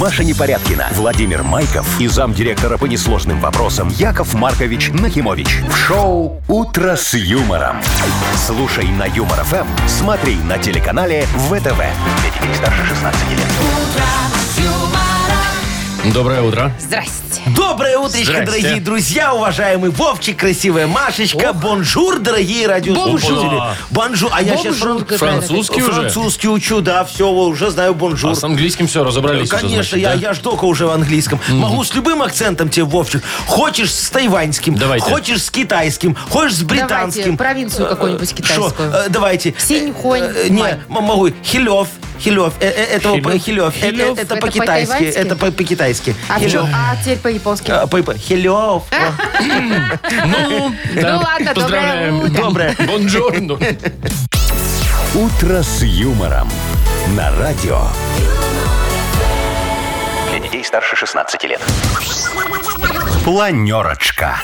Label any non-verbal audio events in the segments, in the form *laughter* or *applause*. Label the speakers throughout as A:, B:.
A: Маша Непорядкина, Владимир Майков и замдиректора по несложным вопросам Яков Маркович Нахимович. В шоу «Утро с юмором». Слушай на Юмор ФМ, смотри на телеканале ВТВ. детей старше 16 лет.
B: Доброе утро.
C: Здрасте.
D: Доброе утречко,
B: Здрасте.
D: дорогие друзья, уважаемый Вовчик, красивая Машечка. Бонжур, дорогие радиослушатели.
B: Бонжур.
D: Бонжур. А я сейчас
C: Бонжур какая-то.
B: Французский уже?
D: французский учу, да, все, уже знаю бонжур.
B: А с английским все, разобрались? уже,
D: Конечно,
B: значит,
D: я,
B: да?
D: я ж дока уже в английском. Могу с любым акцентом тебе, Вовчик. Хочешь с тайваньским,
B: Давайте.
D: хочешь с китайским, хочешь с
C: Давайте
D: британским.
C: провинцию какую-нибудь
D: Что?
C: китайскую.
D: Э, Давайте.
C: Синьхонь.
D: Э, э, Не,
C: Мань.
D: м- могу. Хилев. Хилев. Э, э, Этого по- Хилев. Э, э,
C: Хилев.
D: Это
C: Это
D: по-китайски.
C: по-тайваньски?
D: Это по- по-китайски.
C: А, в
D: Хилев.
C: чём- а теперь по-японски.
D: А, по- по- Хилев.
B: Ну, да,
C: Ну ладно, доброе
B: поздравляем.
C: утро.
D: Доброе. Ну.
B: Бонжорно.
A: «Утро с юмором» на радио.
E: Для детей старше 16 лет.
A: Планерочка.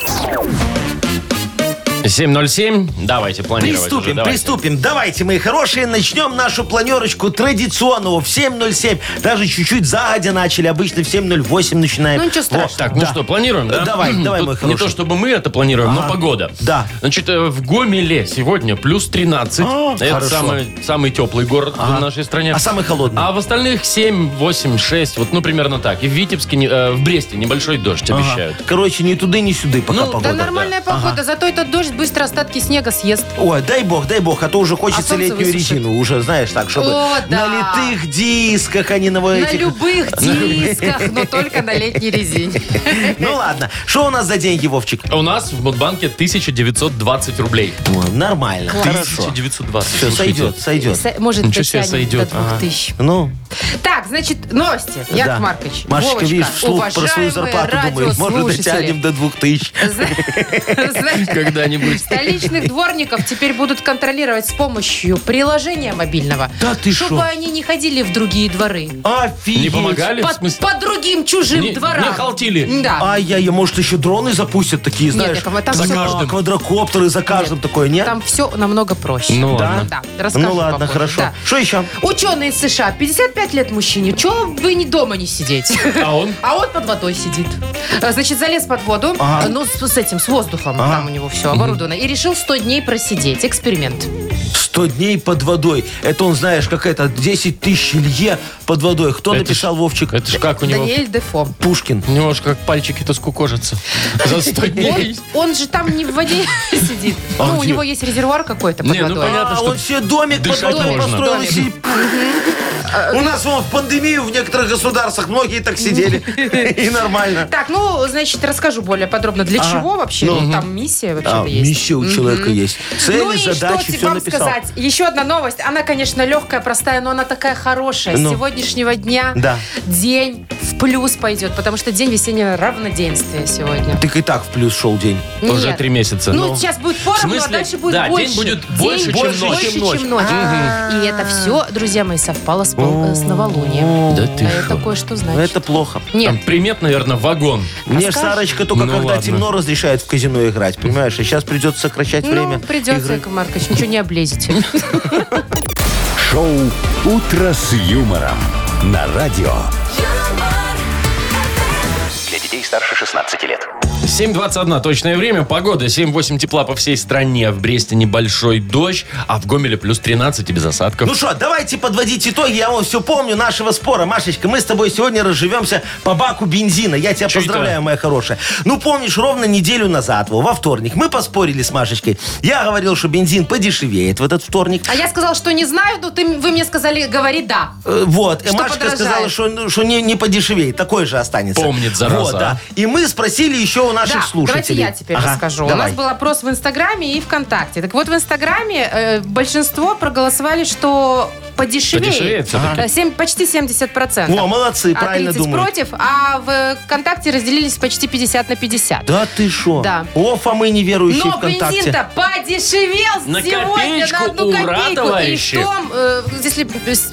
B: 7.07. Давайте планировать
D: Приступим,
B: уже, давайте.
D: приступим. Давайте, мои хорошие, начнем нашу планерочку традиционного в 7.07. Даже чуть-чуть загодя начали. Обычно в 7.08 начинаем.
C: Ну, ничего страшного.
B: Так, ну что, планируем, да?
D: Э, давай, давай,
B: Тут
D: мой
B: Не
D: хороший.
B: то, чтобы мы это планируем, но погода.
D: Да.
B: Значит, э, в Гомеле сегодня плюс 13.
D: А,
B: это
D: хорошо.
B: самый, самый теплый город в нашей стране.
D: А самый холодный?
B: А в остальных 7, 8, 6, вот, ну, примерно так. И в Витебске, не- э, в Бресте небольшой дождь
D: Ага.
B: обещают.
D: Короче, ни туды, ни сюды пока
B: Ну, да
D: погода.
C: Да нормальная погода, зато этот дождь быстро остатки снега съест.
D: Ой, дай бог, дай бог, а то уже
C: А
D: хочется
C: солнце
D: летнюю
C: высушит.
D: резину, уже, знаешь, так, чтобы
C: О, да.
D: на литых дисках, а не на вот
C: На
D: этих...
C: любых дисках, но только на летней резине.
D: *laughs* Ну ладно, что у нас за деньги, Вовчик?
B: А У нас в Мудбанке 1920 рублей.
D: Ой, Нормально. Хорошо.
B: 1920.
D: Все,
B: слушайте.
D: сойдет, сойдет.
C: Со- Может,
B: Ничего себе,
C: дотянем
B: сойдет.
C: до двух тысяч.
D: Ну,
C: Так, значит, новости. Яков
D: да.
C: Маркович,
D: Машечка,
C: Вовочка,
D: видишь, вслух про свою
C: уважаемые
D: зарплату думает, может,
C: радиослушатели.
D: дотянем до двух тысяч. *laughs*
C: Зна- *laughs* Значит,
B: Когда-нибудь.
C: *laughs* столичных дворников теперь будут контролировать с помощью приложения мобильного.
D: Да ты
C: чтобы
D: шо?
C: они не ходили в другие дворы.
D: Офигеть.
B: Не помогали? в
C: По,
B: смысле?
C: по другим чужим
B: Не-
C: дворам.
B: не халтили? А
C: Да.
D: Ай-яй, может, еще дроны запустят такие, знаешь?
C: Яков, а там
B: за
C: всё-
B: каждым.
D: Квадрокоптеры за каждым такое, нет?
C: Там все намного проще.
B: Ну
C: да?
B: ладно.
C: Да, расскажу
D: Ну ладно,
C: попозже,
D: хорошо.
C: да.
D: Что еще?
C: Ученые из США, 55 лет мужчине, чего вы не дома не сидеть? *laughs*
B: А он?
C: А он под водой сидит. А, Значит, залез под воду,
B: А.
D: Ага.
C: ну, с, с этим, с воздухом,
D: Ага.
C: там у него все оборудовано, и решил 100 дней просидеть. Эксперимент.
D: 100 дней под водой. Это он, знаешь, как это, 10 тысяч лье под водой. Кто
B: Это ж-
D: написал, Вовчик?
B: Это ж как у него?
C: Даниэль Дефо.
D: Пушкин.
B: У него ж как пальчики-то
D: *laughs*
B: скукожатся. За 100
C: Он,
B: дней.
C: он же там не в воде *laughs* сидит.
D: А
C: ну, у
D: где?
C: него есть резервуар какой-то под
B: Не, ну,
C: водой.
B: понятно.
D: А,
B: что
D: он себе домик под
B: дышать
D: водой
B: можно.
D: построил и
C: Домик.
D: сидит. У нас вон в пандемию в некоторых государствах многие так сидели. И нормально.
C: Так, ну, значит, расскажу более подробно, для чего вообще
D: Ну,
C: ну, там миссия вообще-то
D: А,
C: есть.
D: миссия у человека есть. Цели,
C: ну и
D: задачи,
C: что тебе
D: все
C: вам
D: написал.
C: сказать? Еще одна новость. Она, конечно, легкая, простая, но она такая хорошая.
D: Ну.
C: С сегодняшнего дня
D: Да.
C: день в плюс пойдет, потому что день весеннего равноденствия сегодня.
D: Так и так в плюс шел день.
B: Уже
C: Нет.
B: три месяца.
C: Ну, сейчас будет поровну, а
B: смысле?
C: дальше будет
B: Да, день
C: больше.
B: будет больше, чем
C: больше,
B: ночь.
C: чем
D: Чем
C: ночь. А, И это все, друзья мои, совпало с, пол- с новолунием.
B: Да ты
C: А
B: шо?
C: это кое-что
D: Ну,
C: значит.
D: Это плохо.
B: Там
C: Нет,
B: примет, наверное, вагон.
D: Мне ж
C: скажешь?
D: Сарочка только
B: Ну,
D: когда
B: ладно.
D: темно разрешает в казино играть, понимаешь? А сейчас придется сокращать время.
C: ну, придется,
D: игры.
C: Яков Маркович, ничего не облезете.
A: Шоу «Утро с юмором» на радио.
E: Для детей старше 16 лет.
B: 7.21 точное время. Погода 7-8 тепла по всей стране. В Бресте небольшой дождь, а в Гомеле плюс 13 и без осадков.
D: Ну что, давайте подводить итоги. Я вам все помню нашего спора. Машечка, мы с тобой сегодня разживемся по баку бензина. Я тебя
B: Чё
D: поздравляю,
B: это?
D: моя хорошая. Ну, помнишь, ровно неделю назад, во во вторник, мы поспорили с Машечкой. Я говорил, что бензин подешевеет в этот вторник.
C: А я сказала, что не знаю, но ты, вы мне сказали, говори да.
D: Э, Вот. И
C: Что
D: Машечка
C: подорожает?
D: сказала, что, ну, что не, не подешевеет. Такой же останется.
B: Помнит, зараза,
D: Вот, да. И мы спросили еще у наших
C: Да,
D: слушателей.
C: давайте я теперь
D: Ага,
C: расскажу. У
D: давай.
C: нас был опрос в Инстаграме и ВКонтакте. Так вот, в Инстаграме э, большинство проголосовали, что подешевеет.
B: Подешевеет всё-таки.
C: Э, семь- почти 70%.
D: Во, молодцы,
C: а
D: правильно
C: 30
D: думают.
C: против, а в ВКонтакте разделились почти 50 на 50.
D: Да ты шо?
C: Да.
D: О, Фомы неверующие
C: Но
D: ВКонтакте.
C: бензин-то подешевел
B: На
C: сегодня
B: копеечку,
C: на одну
B: ура,
C: копейку.
B: товарищи.
C: И в том, э, если б-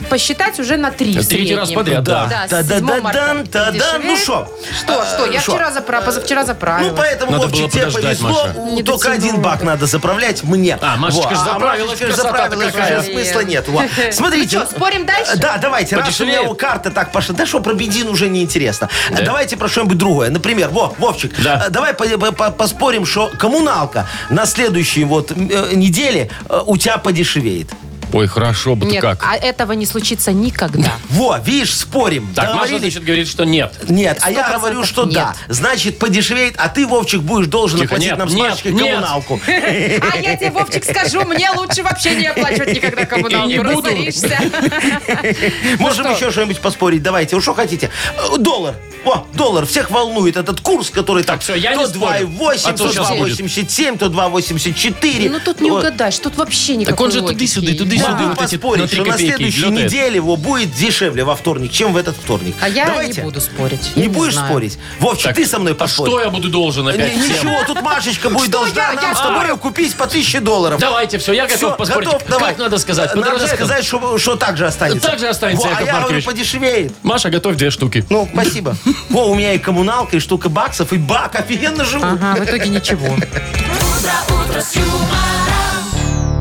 C: посчитать, уже на три
B: Третий
C: в среднем.
B: раз подряд, да.
C: Да, с
D: Да, да,
C: 7
D: да,
C: марта
D: да, да, да.
C: дешевеет.
D: Ну шо?
C: Что, что? Я
D: шо?
C: вчера запра... позавчера заправила.
D: Ну, поэтому,
B: Надо было
D: Вовчик, тебе
B: подождать,
D: повезло.
B: Маша.
D: у-
C: Не
D: Только
C: дотянула.
D: один бак надо заправлять мне.
B: А, Машечка
D: Во.
B: ж
D: А
B: заправилась,
D: Машечка ж
B: красота-то
D: заправилась,
B: какая.
D: уже смысла нет. Во. Смотрите.
C: *laughs* Ну что, спорим дальше?
D: Да, давайте. Раз у меня
B: Подешевеет.
D: у карты так пошла. Да что, про бензин уже неинтересно.
B: Да.
D: Давайте про что-нибудь другое. Например, во, Вовчик,
B: Да.
D: э, давай по- по- по- поспорим, что коммуналка на следующей вот м, э, неделе э, у тебя подешевеет.
B: Ой, хорошо бы ты
C: Нет,
B: как.
C: а этого не случится никогда.
D: Во, видишь, спорим.
B: Так, Маша,
D: Договорились?
B: значит, говорит, что нет.
D: Нет, а я
C: 100%
D: говорю, что
C: нет.
D: да. Значит, подешевеет, а ты, Вовчик, будешь должен
B: Тихо,
D: оплатить
B: нет,
D: нам с
B: нет,
D: Машечкой
B: нет. *laughs*
D: коммуналку.
C: А я тебе, Вовчик, скажу, мне лучше вообще не оплачивать никогда коммуналку.
B: И не буду.
C: разоришься.
B: Ну
D: Можем
C: что?
D: еще что-нибудь поспорить. Давайте, Вы что хотите. Э, Доллар. О, доллар. Всех волнует этот курс, который так.
B: всё, я не
D: то
B: спорю.
D: 2,8,
B: А
D: то
B: то щас будет.
D: 2,87, то 2,84.
C: Ну тут не
D: Вот.
C: угадаешь, тут вообще никакой
B: он же
C: логики
B: туды-сюды,
C: нет.
B: туды-сюды.
D: Могу
B: вот эти на
D: поспорить,
B: три
D: что на
B: копейки
D: следующей
B: летает.
D: неделе его будет дешевле во вторник, чем в этот вторник.
C: А я
D: Давайте.
C: не буду спорить. я
D: Не будешь
C: знаю.
D: спорить? Вовчик,
B: Так,
D: ты со мной
B: А что
D: поспорь.
B: я буду должен опять
D: Не-
B: всем?
D: Ничего, тут Машечка будет
C: Что
D: должна
C: я?
D: нам
C: Я
D: с тобой купить по 1000 долларов.
B: Давайте, все, я готов
D: Всё,
B: поспорить.
D: готов, давай.
B: Как надо сказать?
D: Надо
B: Подорожает?
D: сказать, что, что так же останется.
B: Так же останется,
D: Во, а
B: Яков
D: я говорю,
B: Маркович.
D: подешевеет.
B: Маша, готовь две штуки.
D: Ну,
B: *laughs*
D: спасибо. Во, у меня и коммуналка, и штука баксов, и бак. Офигенно живу.
B: А?
C: Ага, в итоге ничего.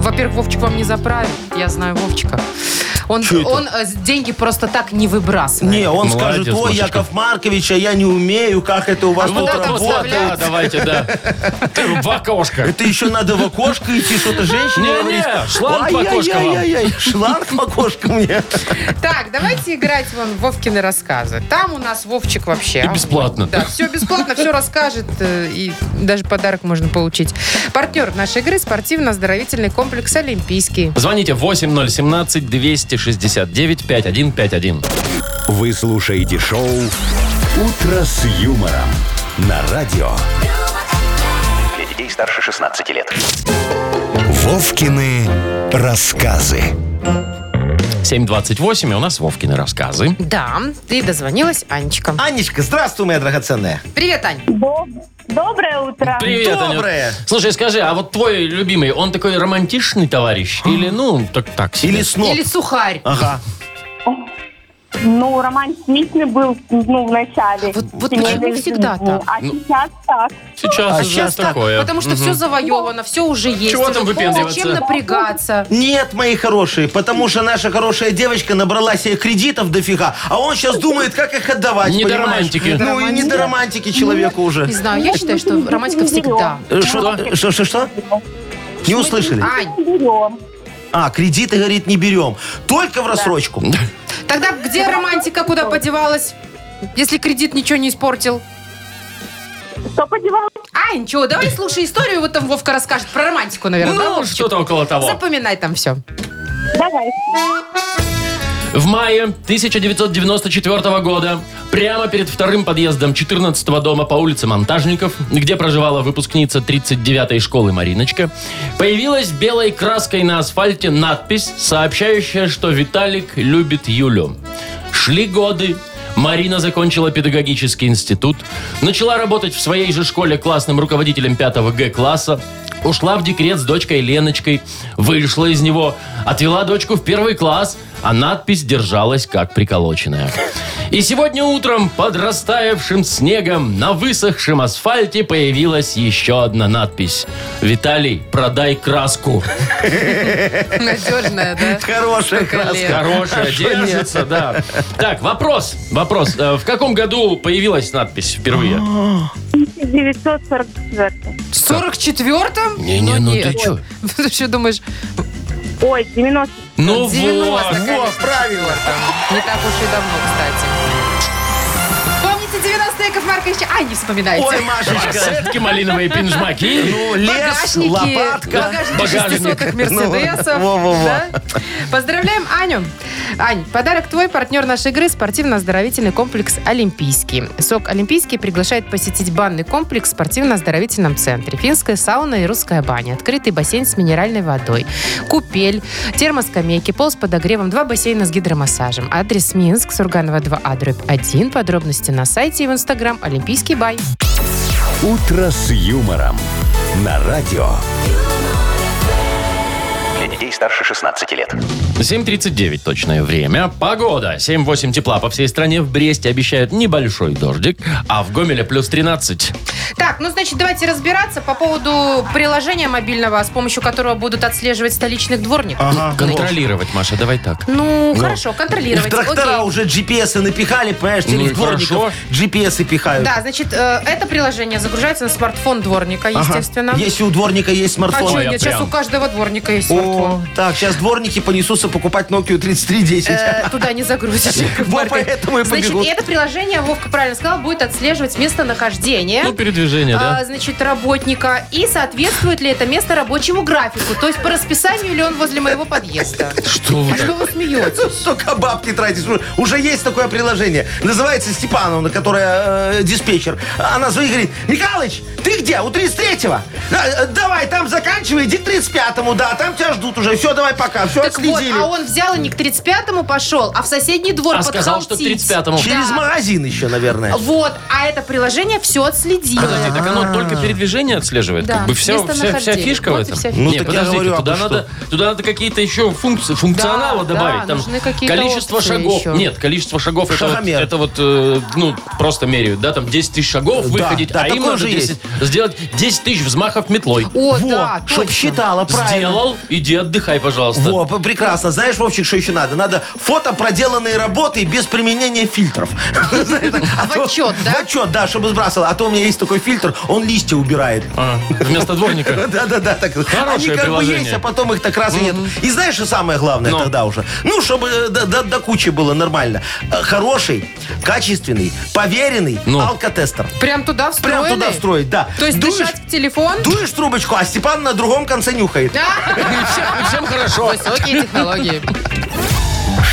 C: Во-первых, Вовчик вам не заправит. Я знаю Вовчика. Он,
D: Чё это?
C: он э, с- деньги просто так не выбрасывает.
D: Не, он
B: Молодец,
D: скажет, ой,
B: Машечка.
D: Яков Маркович, а я не умею, как это у вас
B: А Вот,
D: тут
C: там
B: вот,
D: работает.
C: вставляют?
B: да, давайте, да. Ты в окошко.
D: Это еще надо в окошко идти, что-то женщине
B: Не-не,
D: говорить.
B: шланг в окошко вам.
D: Ай-яй-яй-яй, шланг в окошко мне.
C: Так, давайте играть вон в Вовкины рассказы. Там у нас Вовчик вообще.
B: И бесплатно.
C: Да, все бесплатно, все расскажет, э, и даже подарок можно получить. Партнер нашей игры – спортивно-оздоровительный комплекс «Олимпийский».
B: Звоните 8017-269-5151.
A: Вы слушаете шоу «Утро с юмором» на радио.
E: Для детей старше 16 лет.
A: Вовкины рассказы.
B: 7.28, и у нас Вовкины рассказы.
C: Да, ты дозвонилась, Анечка.
D: Анечка, здравствуй, моя драгоценная.
C: А, Привет, Ань.
F: Доб- Доброе утро.
B: Привет, Анют.
D: Доброе.
B: Слушай, скажи, а вот твой любимый, он такой романтичный товарищ? Или, ну, так, так себе?
D: А? Или сноб.
C: Или сухарь.
D: Ага.
F: Ну, роман Смитный был, ну, в начале.
C: Вот- вот
F: семейной
C: почему всегда
F: жизни.
B: так?
F: А
B: Ну.
F: сейчас так.
B: Сейчас
D: А
B: уже
D: щас так,
B: такое.
C: Потому что все завоевано, все уже есть.
B: Чего там
C: Уже
B: выпендриваться?
C: Зачем напрягаться?
D: Нет, мои хорошие, потому что наша хорошая девочка набрала себе кредитов дофига, а
B: *laughs*
D: он сейчас думает, как их отдавать,
B: Не до
D: понимаешь?
B: романтики.
D: Ну и не до романтики человеку уже.
C: Не знаю, я считаю, что романтика всегда.
D: Э,
B: Ну,
D: Что? Что? Что? что? Не услышали?
C: Ань,
F: Берем.
D: А, кредиты, говорит, не берем. Только в рассрочку.
C: тогда где романтика, куда подевалась? Если кредит ничего не испортил.
F: Что подевалось?
C: А, ничего, давай слушай историю, вот там Вовка расскажет про романтику, наверное. да,
B: Ну,
C: Вовчик?
B: что-то около того.
C: Запоминай там все.
F: Давай.
B: В мае 1994 года, прямо перед вторым подъездом 14-го дома по улице Монтажников, где проживала выпускница 39-й школы Мариночка, появилась белой краской на асфальте надпись, сообщающая, что Виталик любит Юлю. Шли годы, Марина закончила педагогический институт, начала работать в своей же школе классным руководителем 5 Г-класса, ушла в декрет с дочкой Леночкой, вышла из него, отвела дочку в первый класс, а надпись держалась как приколоченная. И сегодня утром под растаявшим снегом на высохшем асфальте появилась еще одна надпись. «Виталий, продай краску».
C: Надежная, да?
D: *laughs* Хорошая
C: Э.
D: краска.
B: Хорошая, держится, да. Так, вопрос, вопрос. Э, В каком году появилась надпись впервые?
F: 1944.
C: В 44-м?
B: Не-не, ну ты
C: *laughs*
B: чё?
C: Ты что думаешь,
F: Ой, 90.
B: Ну
C: 90,
B: вот.
D: Во, правильно.
C: не так уж и давно, кстати. Помните 90-е, Яков Маркович? А, не вспоминайте.
D: Ой,
C: *laughs*
D: Машечка.
B: Сетки малиновые, пинжмаки.
D: Ну, лес,
C: Багажники,
D: лопатка.
C: багажники
B: багажник.
C: 600-х Мерседесов.
D: Ну, во-во-во.
C: да? Поздравляем Аню. Ань, подарок твой, партнер нашей игры, спортивно-оздоровительный комплекс «Олимпийский». СОК «Олимпийский» приглашает посетить банный комплекс в спортивно-оздоровительном центре. Финская сауна и русская баня. Открытый бассейн с минеральной водой. Купель, термоскамейки, пол с подогревом, два бассейна с гидромассажем. Адрес Минск, Сурганова 2А, дробь 1. Подробности на сайте и в Инстаграм «Олимпийский бай».
A: «Утро с юмором» на радио.
E: Для детей детей старше 16 лет.
B: Ну, 7.39 точное время. Погода. 7-8 тепла по всей стране. В Бресте обещают небольшой дождик, а в Гомеле плюс 13.
C: Так, ну, значит, давайте разбираться по поводу приложения мобильного, с помощью которого будут отслеживать столичных дворников.
D: А.
B: Контролировать, Маша, давай так.
C: Ну, хорошо,
D: Их
C: контролировать.
D: трактора
C: окей.
D: уже GPS напихали, понимаешь,
B: Ну и
D: теперь в дворников
B: хорошо.
D: GPS пихают.
C: Да, значит, э, это приложение загружается на смартфон дворника,
D: Ага.
C: естественно.
D: Если у дворника есть
C: А
D: смартфон.
C: что
B: я
C: нет? Сейчас
B: прям.
C: у каждого дворника есть
D: О,
C: смартфон.
D: так, сейчас дворники понесутся покупать Nokia 3310.
C: Э, Туда не
D: *laughs*
C: загрузишь. Яков
D: Во,
C: Маркович.
D: поэтому и
C: Значит,
D: побегут.
C: это приложение, Вовка правильно сказал, будет отслеживать местонахождение.
B: Ну, передвижение,
C: а,
B: да?
C: значит, работника. И соответствует ли это место рабочему графику? То есть по расписанию ли он возле моего подъезда?
B: Что вы
C: А
B: так?
C: что вы смеетесь?
D: *laughs* Столько бабки тратить. Слушай, Уже есть такое приложение. Называется Степановна, которая э, диспетчер. Она звонит и говорит, Михалыч, ты где? У 33-го? Да, э, Давай, там заканчивай, иди к 35-му. Да, там тебя ждут уже. Все, давай пока. Все,
C: Так вот,
D: отследили.
C: а он взял и не к 35-му пошел, а в соседний двор
B: А сказал, что к
C: подхалтить.
B: 35-му.
D: Через
C: да.
D: магазин еще, наверное.
C: Вот, а это приложение все отследило.
B: Подожди, так оно только передвижение отслеживает?
C: А. Да,
B: Как бы вся, вся, вся
C: местонахождение.
B: фишка
C: Вот и
B: в этом?
C: вся фишка.
D: Ну,
B: Не,
D: так я
B: подождите,
D: говорю, а
B: туда,
D: вы что?
B: надо, туда надо какие-то еще функции, функционала
C: Да,
B: добавить.
C: да,
B: там
C: нужны какие-то
B: количество
C: опции
B: шагов.
C: еще.
B: Нет, количество шагов это вот,
D: Шагомер.
B: это вот э, ну, просто меряют, да, там 10 тысяч шагов
D: Да,
B: выходить,
D: да,
B: а им
D: такое
B: нужно
D: же
B: 10 сделать 10 тысяч взмахов метлой.
C: О,
D: Во,
C: да,
D: чтоб
C: а, точно.
D: считала, правильно.
B: Сделал, иди отдыхай, пожалуйста.
D: Во, п- прекрасно. Знаешь, Вовчик, что еще надо? Надо фото проделанные работы без применения фильтров. Знаешь, так, *laughs*
C: *laughs*
D: а
C: В
D: то-
C: отчет, да?
D: В отчет, да, чтобы сбрасывал. А то у меня есть такой фильтр, он листья убирает.
B: А, вместо
D: *laughs*
B: дворника.
D: Да-да-да, так.
B: Хорошее
D: Они как бы
B: приложение.
D: есть, а потом их так раз и нет. И знаешь, что самое главное
B: Ну.
D: тогда уже? Ну, чтобы э, до, до- до кучи было нормально. Э, Хороший, качественный, поверенный
B: Ну.
D: алкотестер.
C: Прям туда
D: Прям
C: встроенный?
D: туда встроить, да.
C: То есть
D: Дуешь-
C: дышать в телефон?
D: Дуешь трубочку, а Степан на другом конце
B: *laughs*
D: нюхает.
B: И всем, и всем хорошо. *laughs*
C: Высокие технологии.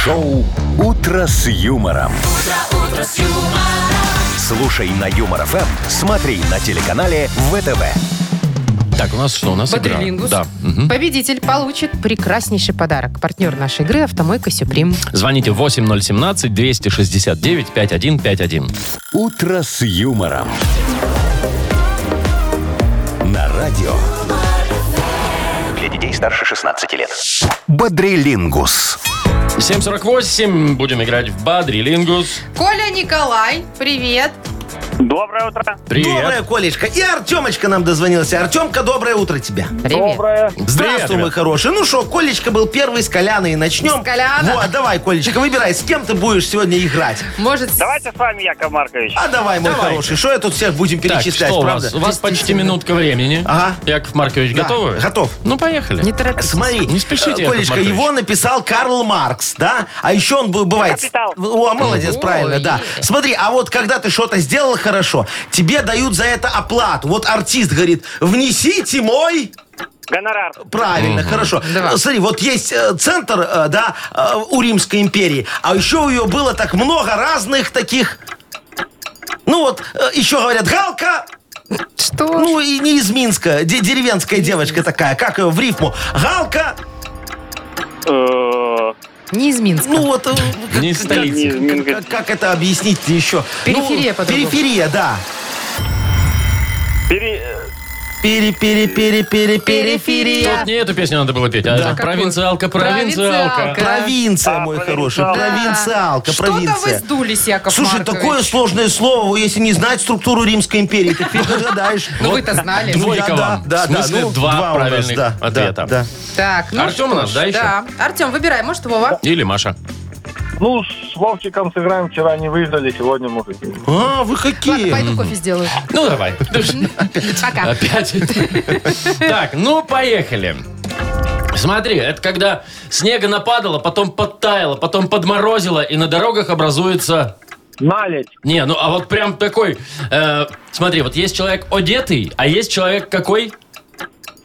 A: Шоу «Утро с юмором». Слушай на Юмор ФМ, смотри на телеканале ВТВ.
B: Так, у нас что? У нас игра.
C: Бодрилингус.
B: Да. мгм.
C: Победитель получит прекраснейший подарок. Партнер нашей игры «Автомойка Сюприм».
B: Звоните 8017-269-5151.
A: «Утро с юмором». На радио
E: Для детей старше 16 лет.
A: «Бодрилингус».
B: 7.48. Будем играть в Бадрилингус.
C: Коля Николай, привет.
G: Доброе утро.
D: Доброе, Колечка. И Артемочка нам дозвонился. Артемка, доброе утро тебе.
C: Привет.
G: Доброе.
D: Здравствуй, мой хороший. Ну что, Колечка был первый с Коляной. Начнем.
C: С Коляна.
D: Вот, давай, Колечка, выбирай, с кем ты будешь сегодня играть.
C: Может, с-
G: Давайте с вами, Яков Маркович.
D: А давай, мой хороший, что я тут всех будем
B: Так,
D: перечислять,
B: что у
D: правда?
B: вас? У вас почти минутка времени.
D: Ага.
B: Яков Маркович,
D: Да,
B: готовы?
D: готов.
B: Ну, поехали.
C: не торопитесь.
D: Смотри,
B: Не спешите,
D: э,
B: Яков
D: Колечка,
B: Маркович.
D: его написал Карл Маркс, да? А еще он был- бывает...
G: «Капитал».
D: О, а, молодец,
C: Ой.
D: правильно, да. Смотри, а вот когда ты что-то сделал хорошо, тебе дают за это оплату. Вот артист говорит, внесите мой...
G: Гонорар.
D: Правильно, хорошо.
C: Да.
D: Смотри, вот есть э, центр, э, да, э, у Римской империи, а еще у ее было так много разных таких... Ну вот, э, еще говорят, Галка,
C: Что?
D: ну и не из Минска, де- деревенская девочка такая, как ее в рифму, Галка,
G: Э,
C: Не из Минска.
D: ну вот... э, как-
B: Не из
D: как-
B: столицы.
G: Не из Минска.
D: Как, как это объяснить еще?
C: Периферия
D: ну,
C: по-другому.
D: Периферия, да.
G: пере- э,
D: пере пере пере
C: Периферия.
D: пере периферия
B: Тут не эту песню надо было петь, а это
C: Какую?
B: провинциалка, провинциалка.
C: Провинциалка.
D: Провинция,
G: А,
D: мой хороший,
G: провинциалка.
C: Да.
D: провинциалка,
C: Что-то вы
D: провинция.
C: сдулись, Яков
D: Слушай,
C: Маркович.
D: такое сложное слово, если не знать структуру Римской империи, ты фиг разгадаешь.
C: Ну вы-то знали.
D: Ну,
B: Двойка
D: я-
B: вам. В смысле, два
D: ну, у нас,
B: правильных
D: да, да,
B: ответа.
D: да.
C: Так, ну
B: Артем
C: что
B: у нас,
C: ж,
B: да, еще?
C: Да. Артем, выбирай, может, Вова?
B: Или Маша.
H: Ну, с Вовчиком сыграем. Вчера не выиграли, сегодня мужики.
D: А,
C: Ладно,
D: вы какие?
C: пойду кофе сделаю.
B: Ну, давай.
C: *laughs* Пока.
B: Опять. Так, ну, поехали. Смотри, это когда снега нападало, потом подтаяло, потом подморозило, и на дорогах образуется...
H: Налить.
B: Не, ну а вот прям такой... э, смотри, вот есть человек одетый, а есть человек какой?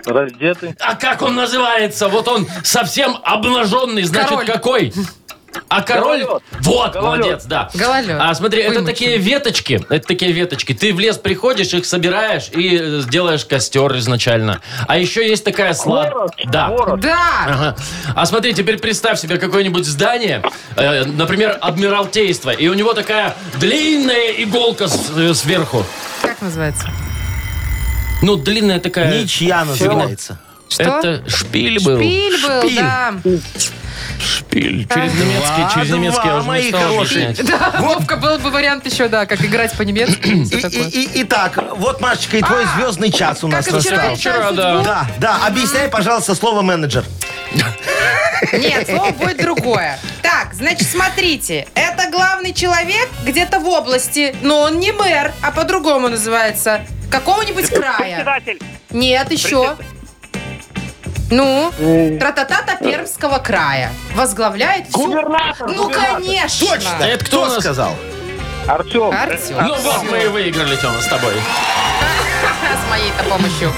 H: Раздеты.
B: А как он называется? Вот он совсем обнаженный, значит,
C: Король.
B: какой? А король...
H: Гололед.
B: Вот,
H: Гололед.
B: молодец, да.
C: Гололед.
B: А смотри, это
C: Вымоченный.
B: такие веточки, это такие веточки. Ты в лес приходишь, их собираешь и э, делаешь костер изначально. А еще есть такая слад...
H: Ворот.
B: Да.
H: Ворот.
C: Да.
B: Ага. А смотри, теперь представь себе какое-нибудь здание, э, например, Адмиралтейство, и у него такая длинная иголка с- э, сверху.
C: Как называется?
B: Ну, длинная такая...
D: Ничья называется.
C: Что?
B: Это шпиль был.
C: Шпиль Э, был, да.
D: Шпиль.
B: Шпиль. Через
C: ну
B: немецкие, через
D: Ладно,
B: немецкие я уже
D: ладно,
B: не
D: и
B: стал
D: хороший.
B: объяснять.
C: Да, Вовка, был бы вариант еще, да, как играть по-немецки. и
D: И-
C: всё такое. А,
D: и- и- Итак, вот, Машечка, и твой звездный час у нас
C: Как и вчера, А.
D: настал.
B: Вчера,
C: вчера,
B: да.
D: Да, да, объясняй, пожалуйста, слово менеджер.
C: Нет, слово будет другое. Так, значит, смотрите. Это главный человек где-то в области, но он не мэр, а по-другому называется. Какого-нибудь края.
G: Председатель.
C: Нет, еще. Ну, тра-та-та-та Пермского края. Возглавляет всю...
H: Губернатор,
C: Ну,
H: губернатор.
C: конечно.
D: Точно!
B: Это кто у нас?
D: сказал?
H: Артем,
C: Артём.
B: Ну вот мы и выиграли, Тёма, с тобой.
C: С моей-то помощью.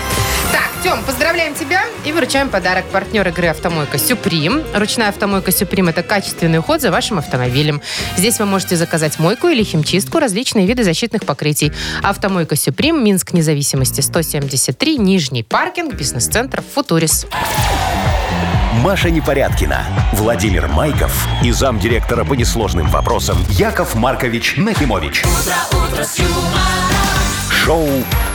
C: Так, Тем, поздравляем тебя и вручаем подарок. Партнер игры «Автомойка Сюприм». Ручная «Автомойка Сюприм» — это качественный уход за вашим автомобилем. Здесь вы можете заказать мойку или химчистку, различные виды защитных покрытий. «Автомойка Сюприм», Минск, независимости 173, Нижний паркинг, бизнес-центр «Футурис».
A: Маша Непорядкина, Владимир Майков и замдиректора по несложным вопросам Яков Маркович Нахимович. Шоу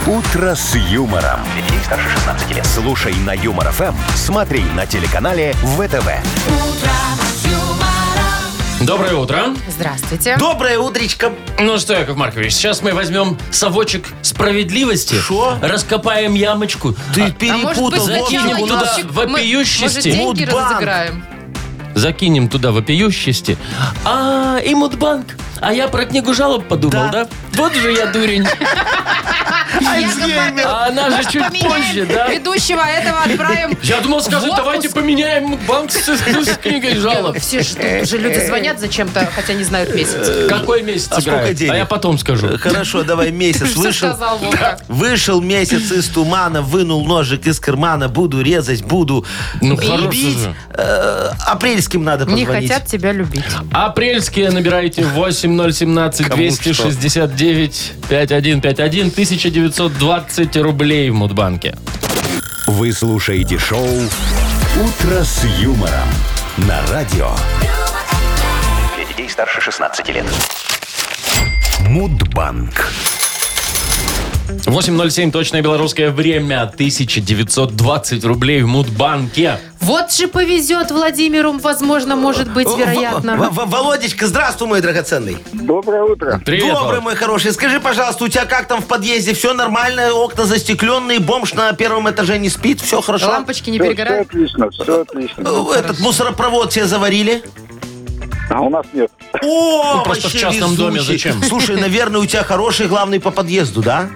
A: Утро с юмором.
E: Для детей старше 16 лет.
A: Слушай на юмор ФМ, смотри на телеканале ВТВ.
B: Доброе утро.
C: Здравствуйте.
D: Доброе утречко.
B: Ну что, Яков Маркович, сейчас мы возьмем совочек справедливости.
D: Шо?
B: Раскопаем ямочку.
C: А
D: Ты
C: может
D: перепутал.
C: быть,
D: вот
B: закинем
D: куда.
C: сначала
B: туда
C: ящик- Мы, может,
B: вопиющести.
C: деньги
D: Мудбанк.
C: разыграем?
B: Закинем туда вопиющести. А, и Мудбанк. А я про книгу жалоб подумал, да?
D: Да.
B: Вот же я дурень.
C: Яков Маркович,
B: А она же чуть
C: поменяем
B: позже, да?
C: Ведущего а этого отправим
B: Я думал, скажи,
C: в отпуск.
B: давайте поменяем Мудбанк с, с- с книгой жалоб.
C: Все ждут, уже люди звонят зачем-то, хотя не знают месяц.
B: Какой месяц
D: А сколько
B: играет?
D: денег?
B: А я потом скажу.
D: Хорошо, давай месяц
B: *laughs*
C: Что
D: вышел.
C: сказал Вовка?
D: Вышел месяц из тумана, вынул ножик из кармана, буду резать, буду
B: Ну, хороший
D: бить.
B: же.
D: Э, Апрельским надо
C: Не
D: позвонить.
C: хотят тебя любить.
B: Апрельские набирайте 8017 269 5151 1920 рублей в Мудбанке.
A: Вы слушаете шоу Утро с юмором на радио
E: Для детей старше 16 лет.
A: Мудбанк.
B: 8.07 точное белорусское время 1920 рублей в Мудбанке.
C: Вот же повезет Владимиру, возможно, может быть,
D: В-
C: вероятно.
D: В- Володечка, здравствуй, мой драгоценный.
H: доброе утро.
B: Привет,
D: Добрый,
B: Володь.
D: мой хороший. Скажи, пожалуйста, у тебя как там в подъезде? Все нормально? Окна застекленные, бомж на первом этаже не спит? Все хорошо?
C: Лампочки не
H: Все, все
C: перегорают.
H: отлично, все отлично.
D: Э, Этот мусоропровод все заварили?
H: А у нас нет.
D: О,
B: Ну, просто
D: вообще
B: в частном доме
D: везучий.
B: зачем?
D: Слушай, наверное, у тебя хороший главный по подъезду, да?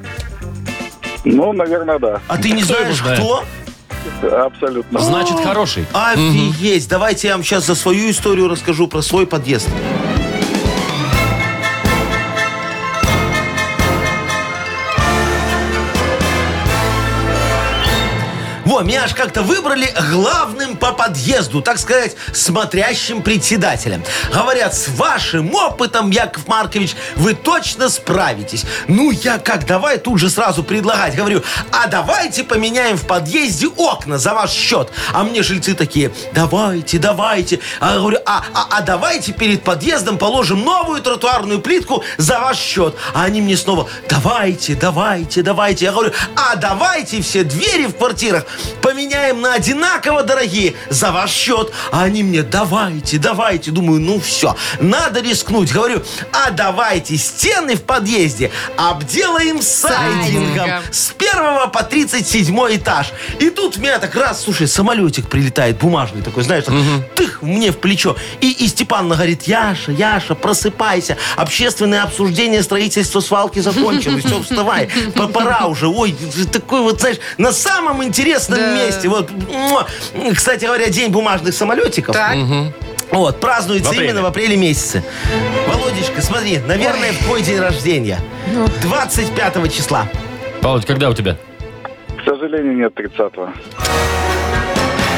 H: Ну, наверное, да.
D: А ты не
B: Кто его
D: знаешь,
B: знает?
D: кто?
H: Абсолютно.
B: Значит, хороший.
D: Офигеть. Давайте я вам сейчас за свою историю расскажу про свой подъезд. Во, меня аж как-то выбрали главным по подъезду, так сказать, смотрящим председателем. Говорят, с вашим опытом, Яков Маркович, вы точно справитесь. Ну, я как давай тут же сразу предлагать. Говорю, а давайте поменяем в подъезде окна за ваш счет. А мне жильцы такие, давайте, давайте. А я говорю, а, а, а давайте перед подъездом положим новую тротуарную плитку за ваш счет. А они мне снова, давайте, давайте, давайте. Я говорю, а давайте все двери в квартирах поменяем на одинаково дорогие за ваш счет. А они мне, давайте, давайте. Думаю, ну все, надо рискнуть. Говорю, а давайте стены в подъезде обделаем сайдингом
C: Сайдингом.
D: с 1 по 37 этаж. И тут в меня так раз, слушай, самолетик прилетает бумажный такой, знаешь, так, тых мне в плечо. И, и Степанна говорит, Яша, Яша, просыпайся. Общественное обсуждение строительства свалки закончилось. Все, вставай. П- Пора уже. Ой, ты такой вот, знаешь, на самом интересном
C: Да.
D: месте. Вот, муа. кстати говоря, день бумажных самолетиков.
C: Так,
D: Вот, празднуется
B: В апреле.
D: именно в апреле месяце. Володечка, смотри, наверное, твой день рождения. 25 числа.
B: Володь, когда у тебя?
H: К сожалению, нет 30-го.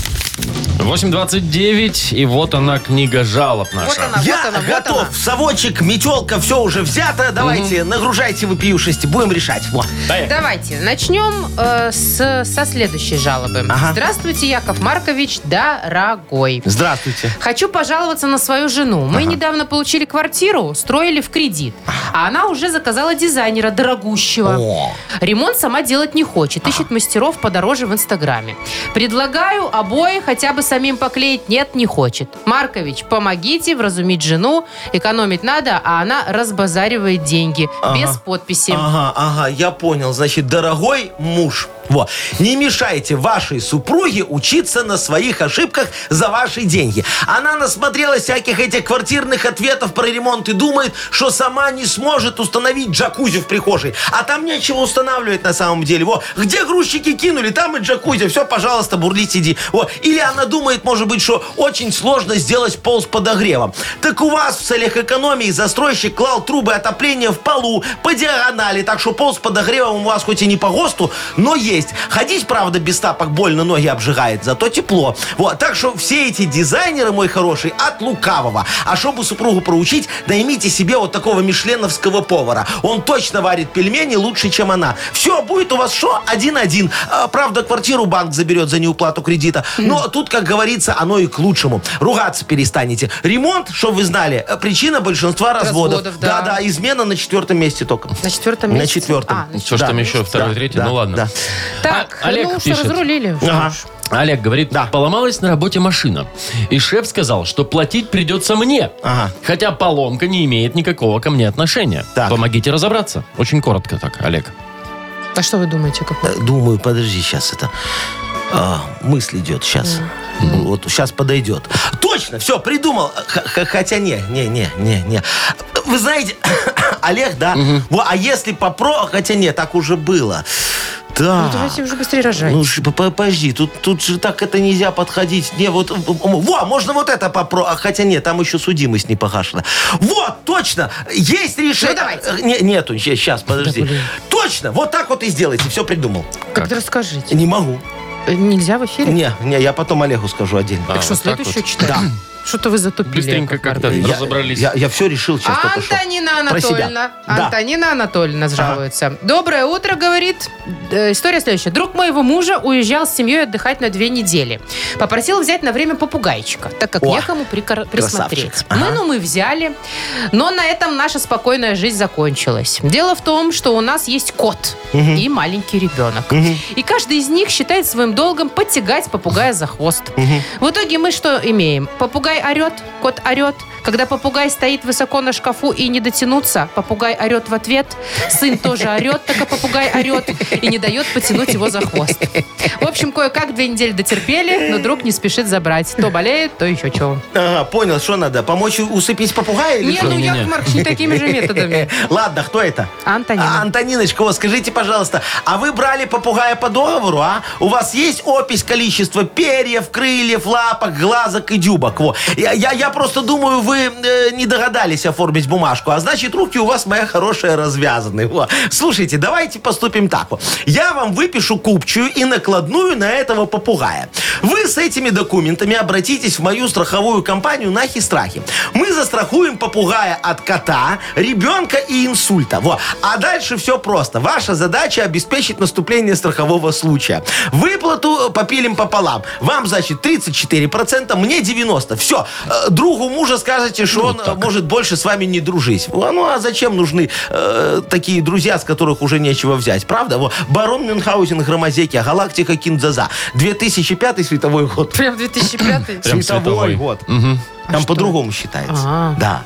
B: 8.29, и вот она, книга жалоб
C: Вот
B: наша.
C: она, А вот
D: Я
C: она, вот
D: готов,
C: она.
D: совочек, метелка, все уже взято, давайте, нагружайте вопиюшести, будем решать. Во.
B: Поехали.
C: Давайте, начнем э, с, со следующей жалобы.
D: Ага.
C: Здравствуйте, Яков Маркович, дорогой.
D: Здравствуйте.
C: Хочу пожаловаться на свою жену. Мы недавно получили квартиру, строили в кредит. А она уже заказала дизайнера дорогущего.
D: О.
C: Ремонт сама делать не хочет. Ищет мастеров подороже в Инстаграме. Предлагаю обои хотя бы самим поклеить. Нет, не хочет. Маркович, помогите вразумить жену. Экономить надо, а она разбазаривает деньги.
D: Ага.
C: Без подписи.
D: Ага, ага, я понял. Значит, дорогой муж, во, не мешайте вашей супруге учиться на своих ошибках за ваши деньги. Она насмотрелась всяких этих квартирных ответов про ремонт и думает, что сама не сможет установить джакузи в прихожей. А там нечего устанавливать на самом деле. Во, где грузчики кинули, там и джакузи. Все, пожалуйста, бурлить, иди. Во. Или она думает, может быть, что очень сложно сделать пол с подогревом. Так у вас в целях экономии застройщик клал трубы отопления в полу по диагонали, так что пол с подогревом у вас хоть и не по ГОСТу, но есть. Ходить, правда, без тапок больно ноги обжигает, зато тепло. Вот, так что все эти дизайнеры, мой хороший, от лукавого. А чтобы супругу проучить, наймите себе вот такого мишленовского повара. Он точно варит пельмени лучше, чем она. Все, будет у вас что? Один-один. А, правда, квартиру банк заберет за неуплату кредита. Но тут, как говорится, оно и к лучшему. Ругаться перестанете. Ремонт, чтобы вы знали, э, причина большинства разводов.
C: Разводов, да.
D: да, измена на четвертом месте только.
C: На четвертом месте.
D: На четвертом.
C: А, на
B: Что ж
D: Да.
B: там еще, второй,
D: Да,
B: третий?
D: да,
B: ну ладно.
D: да.
C: Так,
B: А- Олег
C: ну что,
B: пишет.
C: разрулили.
D: Ага.
B: Олег говорит,
D: Да.
B: поломалась на работе машина. И шеф сказал, что платить придется мне.
D: Ага.
B: Хотя поломка не имеет никакого ко мне отношения.
D: Так.
B: Помогите разобраться. Очень коротко так, Олег.
C: А что вы думаете, как
D: Э, Думаю, подожди, сейчас это... а, мысль идет сейчас. Вот сейчас подойдет. Точно, все, придумал. Х- х- Хотя не, не, не, не, не. Вы знаете, *coughs* Олег, да? Во, а если попро... Хотя нет, так уже было. Да.
C: Ну, давайте уже быстрее рожать.
D: Ну, ж- по- по- подожди, тут, тут же так это нельзя подходить. Не, вот, м, м, во, можно вот это попробовать. Хотя нет, там еще судимость не погашена. Вот, точно, есть решение.
C: Ну, давайте.
D: Э, Не, нету, сейчас, подожди. точно, вот так вот и сделайте, все придумал.
C: как расскажите.
D: Не могу.
C: Э, Нельзя в эфире?
D: Не, не, я потом Олегу скажу отдельно.
B: А,
C: Так что,
B: вот так
C: следующую читаем? Что-то вы затупили.
B: Быстренько
C: Яков
B: как-то
C: Маркович.
D: Я-
B: разобрались.
D: Я, все решил сейчас только что.
C: Антонина
D: Про себя.
C: Анатольевна.
D: Да.
C: Антонина Анатольевна жалуется. Доброе утро, говорит. Э, История следующая. Друг моего мужа уезжал с семьей отдыхать на две недели. Попросил взять на время попугайчика, так как
D: О,
C: некому прикор- присмотреть.
D: красавчик.
C: Мы,
D: Ага.
C: ну, мы взяли, но на этом наша спокойная жизнь закончилась. Дело в том, что у нас есть кот и маленький ребенок. И каждый из них считает своим долгом подтягать попугая за хвост. В итоге мы что имеем? Попугай попугай орет, кот орет. Когда попугай стоит высоко на шкафу и не дотянуться, попугай орет в ответ. Сын тоже орет, так и попугай орет и не дает потянуть его за хвост. В общем, кое-как две недели дотерпели, но друг не спешит забрать. То болеет, то еще чего.
D: Ага, понял, что надо? Помочь у- усыпить попугая или
C: Не,
D: что?
C: ну
B: Не-не-не.
C: Яков Маркович не такими же
B: *laughs*
C: методами.
D: *laughs* Ладно, кто это?
C: Антонина.
D: А, Антониночка, вот скажите, пожалуйста, а вы брали попугая по договору, а? У вас есть опись количества перьев, крыльев, лапок, глазок и дюбок? Во. Я, я, я просто думаю, вы э, не догадались оформить бумажку, а значит, руки у вас, моя хорошая, развязаны. Во. Слушайте, давайте поступим так. вот. Я вам выпишу купчую и накладную на этого попугая. Вы с этими документами обратитесь в мою страховую компанию «Нахи-страхи». Мы застрахуем попугая от кота, ребенка и инсульта. Во. А дальше все просто. Ваша задача обеспечить наступление страхового случая. Выплату э, попилим пополам. Вам, значит, 34%, мне 90%. Все. Другу мужа скажете, что он э, может больше с вами не дружить. Во, Ну а зачем нужны э, такие друзья, с которых уже нечего взять? Правда? Во. Барон Мюнхгаузен, Громозеки, Галактика Кинзаза. 2005 световой год.
C: Прям
B: Прям
C: 2005
B: световой.
D: год. Там по-другому считается.
C: А.
D: Да.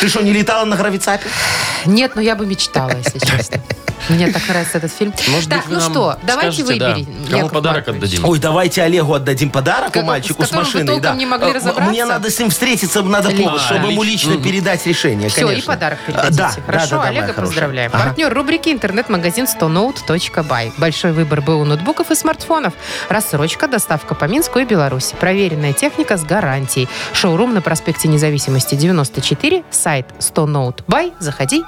D: Ты что, не летала на гравицапе?
C: Нет, но я бы мечтала, если честно. Мне так нравится этот фильм.
B: Может
C: так,
B: быть, вы
C: ну
B: нам
C: что, давайте
B: скажете, да,
C: выберем.
B: Кому
C: Яков
B: подарок
C: Маркович.
B: отдадим?
D: Ой, давайте Олегу отдадим подарок
C: Как-
D: у мальчику
C: с
D: с
C: которым вы
D: машиной.
C: толком
D: да.
C: не могли
D: Э,
C: разобраться?
D: Мне надо с ним встретиться, надо
C: Лично.
D: помочь, чтобы ему лично передать решение,
C: Все,
D: конечно.
C: и подарок
D: А,
C: передадите.
D: Да,
C: Хорошо,
D: да, да, да, моя
C: Олега
D: хорошая.
C: поздравляем.
D: Ага.
C: Партнер рубрики интернет-магазин 100note.by. Большой выбор БУ ноутбуков и смартфонов. Рассрочка, доставка по Минску и Беларуси. Проверенная техника с гарантией. Шоурум на проспекте независимости 94, сайт 100note.by. Заходи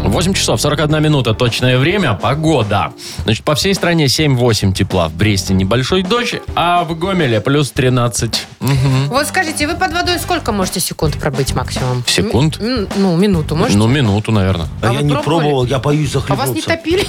B: 8 часов 41 минута, точное время, погода. Значит, по всей стране 7-8 тепла. В Бресте небольшой дождь, а в Гомеле плюс 13.
C: Ну
B: Мгм.
C: Вот скажите, вы под водой сколько можете секунд пробыть максимум?
B: Секунд?
C: М- м- ну, минуту можете?
B: Ну, минуту, наверное.
D: А
C: А
D: я
C: вы
D: не
C: пробовали?
D: пробовал, я боюсь
C: а вас не
D: захлебнуться.
C: топили?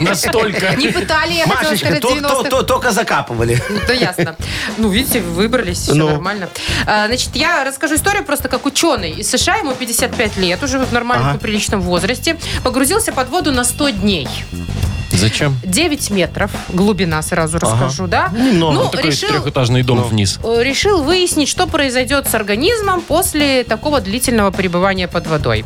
B: *laughs* Настолько.
C: Не пытали, я хотела
D: Машечка,
C: сказать,
D: то- то-
C: 90
D: то- только закапывали.
C: Ну, да ясно. Ну, видите, вы выбрались, все
D: Ну.
C: нормально. А, значит, я расскажу историю просто как ученый из США, ему 55 лет, уже в нормальном,
D: Ага.
C: и приличном возрасте, погрузился под воду на 100 дней.
B: Зачем?
C: 9 метров, глубина сразу расскажу, да?
D: Немного.
C: Ну,
D: Он
B: Такой
C: решил,
B: трехэтажный дом вниз.
C: э, решил выяснить, что произойдет с организмом после такого длительного пребывания под водой.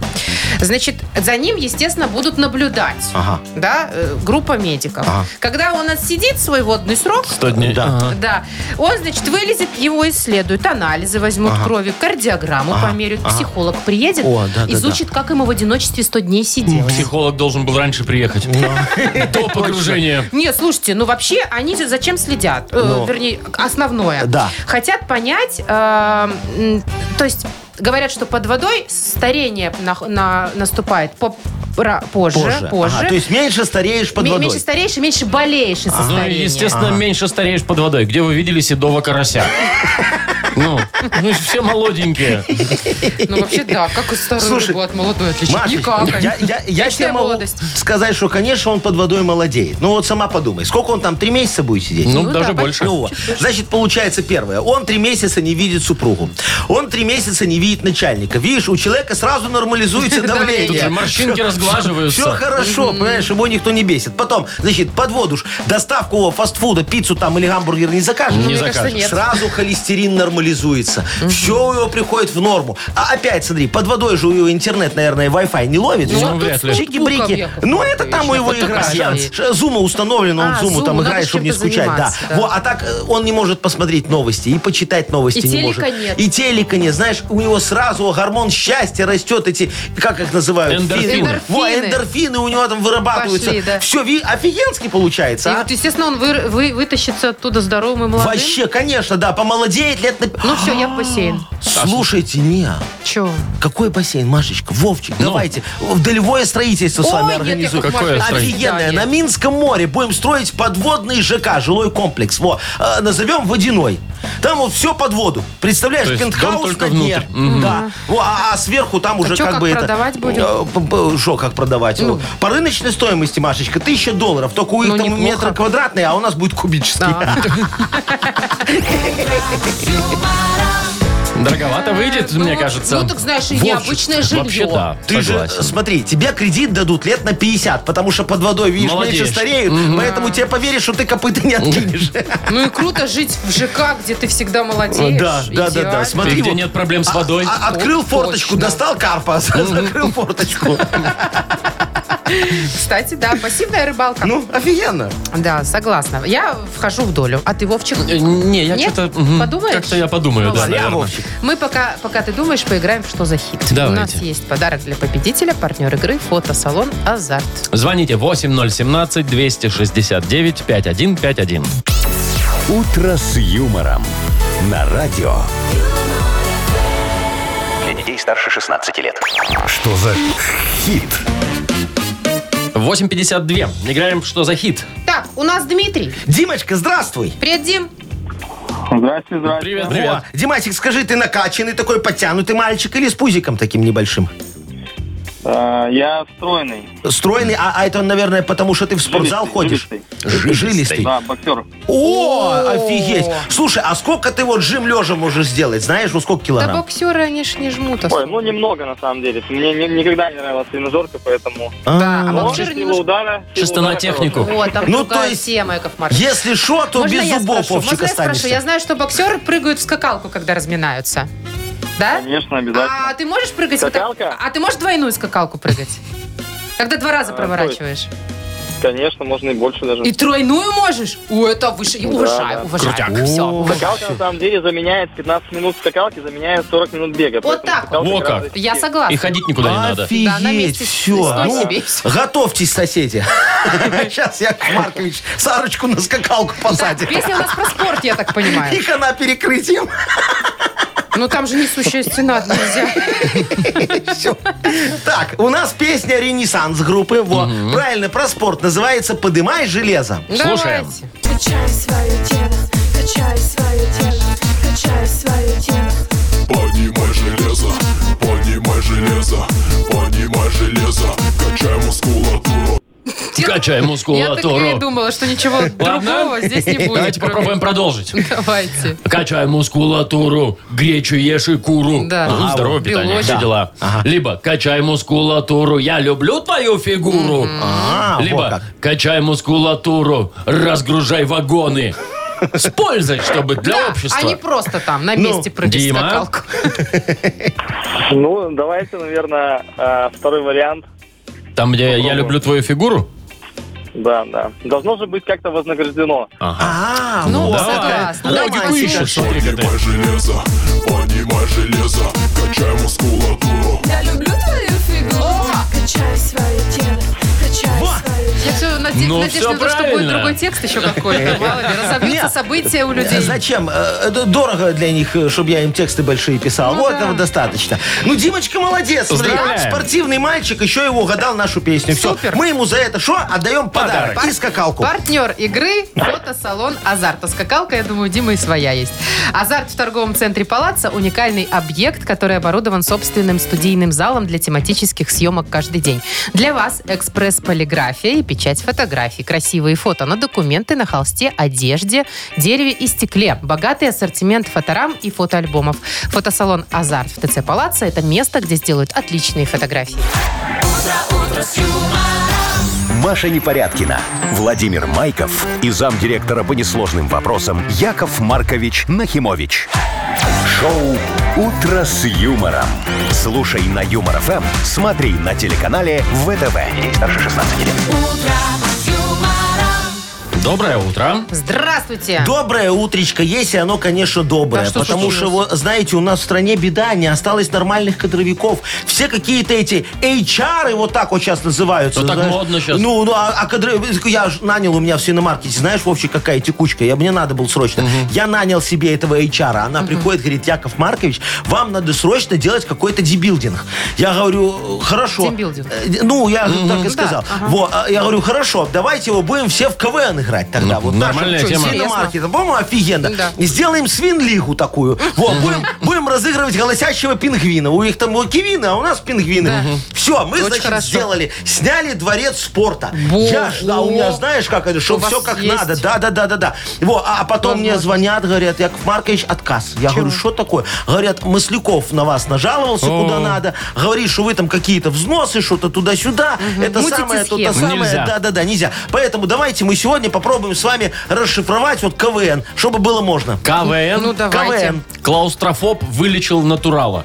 C: Значит, за ним, естественно, будут наблюдать.
D: Ага.
C: Да, э, группа медиков.
D: А. Ага.
C: Когда он отсидит свой водный срок,
B: 100 дней.
D: Да.
B: Ага.
C: да. Он, значит, вылезет, его исследуют, анализы возьмут крови, кардиограмму
D: Ага,
C: померяют,
D: ага.
C: психолог приедет,
D: О, да, да,
C: изучит, как ему в одиночестве 100 дней сиделось.
B: Психолог должен был раньше приехать. *laughs* До погружения.
C: Нет, слушайте, ну вообще они же зачем следят? Э,
D: Ну.
C: вернее, основное.
D: Да.
C: Хотят понять, э, м, то есть говорят, что под водой старение на- на- наступает по- ра- позже.
D: Позже.
C: позже.
D: Ага, то есть меньше стареешь под
C: Ме-
D: водой.
C: Меньше стареешь и меньше болеешь из-за
B: Ну, и,
C: старения.
B: естественно, меньше стареешь под водой. Где вы видели седого *laughs* карася? Ну, ну, все молоденькие.
C: Ну, вообще, да, как и старую
D: Слушай,
C: рыбу от молодой отличить?
D: Машечка,
C: Никак.
D: я, я- я
C: Вечная
D: тебе могу
C: молодость.
D: сказать, что, конечно, он под водой молодеет. Ну вот сама подумай, сколько он там, три месяца будет сидеть?
B: Ну,
C: Ну
B: даже
C: да,
B: больше.
D: Ну вот. Значит, получается первое. Он три месяца не видит супругу. Он три месяца не видит начальника. Видишь, у человека
B: *laughs*
D: сразу нормализуется
C: Давление.
B: Тут же
D: давление.
B: морщинки разглаживаются.
D: Все хорошо, понимаешь, его никто не бесит. Потом, значит, под воду ж доставку фастфуда, пиццу там или гамбургер не закажешь.
B: Не Мне кажется, закажешь.
C: нет.
D: Сразу холестерин нормализуется. Все у него приходит в норму. А опять, смотри, под водой же у него интернет, наверное, Wi-Fi не ловит.
B: Ну,
D: Всё.
B: вряд ли.
C: с ноутбуком,
D: Чики-брики.
C: Яков
D: Ну,
C: Маркович,
D: это там у
C: ну,
D: его
C: вот
D: игра.
C: такая
D: Ян.
C: же.
D: Ш- Зума установлена, он
C: А,
D: зуму там
C: Зуму,
D: играет,
C: надо
D: чтобы не
C: чем-то
D: скучать. Да.
C: заниматься, да.
D: Во, а так э, он не может посмотреть новости и почитать новости
C: И
D: не
C: телека
D: может.
C: нет.
D: И телека нет. Знаешь, у него сразу гормон счастья растет. Эти, как их называют?
B: Эндорфины.
D: Фин- Во, эндорфины у него там вырабатываются.
C: Пошли, да.
D: Все, офигенски
C: И
D: получается, а?
C: вот, естественно, он вы- вы- вытащится оттуда здоровым и молодым.
D: Вообще, конечно, да, помолодеет лет на... А,
C: Ну все, я в бассейн.
D: Слушайте, не,
C: Че?
D: какой бассейн, Машечка? Вовчик, давайте, в долевое строительство с вами
C: Ой, нет,
D: организуем.
B: Какое
C: Яков Маркович,
B: строительство?
D: Офигенное.
C: свидание.
D: На Минском море будем строить подводный ЖК, жилой комплекс. Во, э, назовем водяной. Там вот все под воду. Представляешь,
B: То есть дом
D: пентхаус
B: только
D: на дне.
B: внутрь. Мгм.
D: Да. Во, а, а сверху там уже
C: чё,
D: как
C: как
D: бы э,
C: продавать будем?
D: будем? Что, как продавать?
C: Ну.
D: По рыночной стоимости, Машечка, тысяча долларов. Только у
C: Ну,
D: них там
C: неплохо.
D: метр квадратный, а у нас будет кубический.
C: Да.
I: юмором,
B: Дороговато выйдет, мне кажется.
C: Ну, так знаешь, и
B: В общем,
C: необычное жилье.
B: Вообще, да,
D: *laughs* Ты
B: согласен.
D: же, смотри, тебе кредит дадут лет на 50, потому что под водой, видишь,
B: Молодеешь.
D: меньше стареют, поэтому тебе поверишь, что ты копыта
B: *laughs*
D: не откинешь.
C: Ну и круто жить в ЖК, где ты всегда молодеешь.
D: Да, да, да, да.
C: Идеально.
B: И
D: Смотри,
B: где
D: вот,
B: нет проблем с водой.
D: а- открыл
C: О,
D: форточку,
C: точно.
D: достал карпа, *laughs* закрыл форточку.
C: Кстати, да, пассивная рыбалка.
D: Ну, офигенно.
C: Да, согласна. Я вхожу в долю. А ты, Вовчик?
B: Э, Не, я
C: Нет?
B: что-то...
C: Подумаешь?
B: Как-то я подумаю,
C: Ну
B: да,
C: ладно.
D: Зря,
B: наверное.
D: Вовчик.
C: Мы пока, пока ты думаешь, поиграем в «Что за хит?». У
B: Давайте.
C: нас есть подарок для победителя, партнер игры, фотосалон «Азарт».
B: Звоните 8017-269-5151.
A: «Утро с юмором» на радио.
E: Для детей старше 16 лет.
A: Что за хит?
B: 8.52. Играем в «Что за хит?».
C: Так, у нас Дмитрий.
D: Димочка, здравствуй.
C: Привет, Дим.
H: Здрасте, здрасте.
B: Привет, привет.
D: Во, Димасик, скажи, ты накачанный такой подтянутый мальчик или с пузиком таким небольшим?
H: А, я стройный.
D: Стройный, а, а это, наверное, потому что ты в спортзал ходишь?
H: жилистый.
D: Жилистый.
H: Да, боксер.
D: О,
C: О.
D: офигеть. Слушай, а сколько ты вот жим лежа можешь сделать? Знаешь, ну сколько
C: Да
D: килограмм?
C: боксеры, они ж не жмут особо.
H: Ой, ну немного на самом деле. Мне ни- никогда не нравилась тренажерка, поэтому...
C: Да, а
D: А,
H: Но
C: боксеры
H: сила
C: немножко...
H: удара... сила
B: ну, Чисто на
H: удара
B: технику.
C: Вот, там
D: Ну,
C: другая
D: то есть-
C: тема, Яков Маркович.
D: Если что, то
C: Можно
D: без
C: я
D: зубов,
C: спрошу?
D: Вовчик,
C: Можно я спрошу? Я
D: останешься.
C: знаю, что боксеры прыгают в скакалку, когда разминаются. Да?
H: хорошая. Конечно, обязательно.
C: А ты можешь прыгать? вот так?
H: Скакалка?
C: А ты можешь двойную скакалку прыгать? Когда два раза
H: А,
C: проворачиваешь.
H: Конечно, можно и больше даже.
C: И тройную можешь? О, это выше.
H: Да,
C: уважаю,
H: да.
C: уважаю.
D: Крутяк.
C: Все,
D: О,
H: Скакалка на самом деле заменяет 15 минут скакалки, заменяет 40 минут бега.
C: Вот
H: Поэтому
C: так
H: скакалка
B: вот. Во
H: гораздо
B: как.
C: Я
H: эффективнее.
C: согласна.
B: И ходить никуда не надо.
D: Офигеть,
C: Да, на месте
D: все.
C: стой себе и всё.
D: готовьтесь, соседи. *laughs* Сейчас Яков Маркович Сарочку на скакалку посадит.
C: Песня у нас про спорт, я так понимаю.
B: *laughs*
D: Их она перекрытием. *laughs*
C: Ну там же несущая стена нельзя.
D: Всё. Так, у нас песня «Ренессанс» группы. Во, правильно, про спорт. Называется «Подымай железо».
B: Слушаем.
C: Давайте.
I: Качай свое тело, качай свое тело, качай свое тело.
J: Поднимай железо, поднимай железо, поднимай железо, качай мускулатуру.
B: Качай
C: Я так и
B: мускулатуру.
C: думала, что ничего другого здесь не будет.
B: Давайте
C: кроме-
B: попробуем продолжить.
C: *laughs* Давайте.
B: Качай мускулатуру, гречу ешь и куру.
C: Да.
B: Ну,
C: А,
B: здоровое
C: вот,
B: питание,
C: белочек.
B: все дела. Либо качай мускулатуру, я люблю твою фигуру.
D: А, вот
B: Либо
D: как.
B: качай мускулатуру, разгружай вагоны. С пользой, чтобы для
C: Да,
B: общества.
C: а не просто там на месте прыгать в
B: Дима?
C: скакалку.
H: Ну, давайте, наверное, э, второй вариант.
B: Там, где я люблю твою фигуру?
H: Да, да. Должно же быть как-то вознаграждено.
B: Ага.
D: А,
C: Ну,
D: вот.
B: Давай.
C: согласна.
B: Логику
C: Давайте.
B: ищешь, смотри, как ты.
J: Поднимай железо, поднимай железо, качай мускулатуру.
I: Я люблю твою фигуру. Качай свое тело, качай свое тело.
C: Я все наде-
B: Ну,
C: надеюсь
B: всё
C: на то, что будет
B: правильно.
C: другой текст еще какой-то. Мало ли, разобьются
D: Нет.
C: события у людей.
D: Зачем? Э, д- Дорого для них, э, чтобы я им тексты большие писал.
C: Ну
D: вот
C: да.
D: этого достаточно. Ну, Димочка молодец. Смотри,
B: Поздравляем.
D: спортивный мальчик еще его угадал нашу песню. Все,
C: Супер.
D: мы ему за это что? Отдаем подарок. И скакалку.
C: Партнер игры – фотосалон «Азарт». А скакалка, я думаю, у Димы и своя есть. «Азарт» в торговом центре «Палаца» – уникальный объект, который оборудован собственным студийным залом для тематических съемок каждый день. Для вас экспресс-полиграфия и печать фотографий, красивые фото на документы, на холсте, одежде, дереве и стекле, богатый ассортимент фоторам и фотоальбомов. Фотосалон «Азарт» в ТЦ «Палаца» – это место, где сделают отличные фотографии.
A: Маша Непорядкина, Владимир Майков и замдиректора по несложным вопросам Яков Маркович Нахимович. Шоу «Утро с юмором». Слушай на Юмор ФМ, смотри на телеканале ВТВ. Ей старше 16 лет.
B: Доброе утро.
C: Здравствуйте!
D: Доброе утречко, если оно, конечно, доброе.
C: Да, что
D: потому что,
C: случилось?
D: вот, знаете, у нас в стране беда, не осталось нормальных кадровиков. Все какие-то эти HR, вот так вот сейчас называются.
B: Ну, так
D: знаешь.
B: модно щас.
D: Ну, ну, а, а кадр- Я ж нанял у меня в синомаркете, знаешь, Вовчик, какая текучка. Я, мне надо было срочно. Я нанял себе этого HR. Она приходит, говорит, Яков Маркович, вам надо срочно делать какой-то дебилдинг. Я говорю, хорошо.
C: Тимбилдинг.
D: Э, Ну, я так и сказал.
C: Да, ага.
D: Во, а я говорю, хорошо, давайте его будем все в КВН играть тогда. вот наша
B: Ну, нормальная
D: чё,
B: тема.
D: Свиномаркета. По-моему, офигенно.
C: Да.
D: И сделаем свинлигу ну, такую. Вот, будем, будем разыгрывать голосящего пингвина. У них там вот, кивины, а у нас пингвины. Все, Все, мы,
C: Очень
D: значит,
C: хорошо.
D: сделали. Сняли дворец спорта.
C: Во.
D: Я ждал, у меня, знаешь, как это,
C: У
D: чтобы
C: вас
D: все как
C: есть?
D: надо. Да, да, да, да, да. Во, а потом мне звонят, говорят, Яков Маркович, отказ. Я говорю, что такое? Говорят, Масляков на вас нажаловался, куда надо. Говорит, что вы там какие-то взносы, что-то туда-сюда. Это
C: Мутите
D: самое, то-то
C: схему.
D: самое.
B: Нельзя.
D: Да, да, да, нельзя. Поэтому давайте мы сегодня попробуем с вами расшифровать вот КВН, чтобы было можно.
B: КВН.
C: Ну, давайте.
D: КВН.
B: Клаустрофоб вылечил натурала.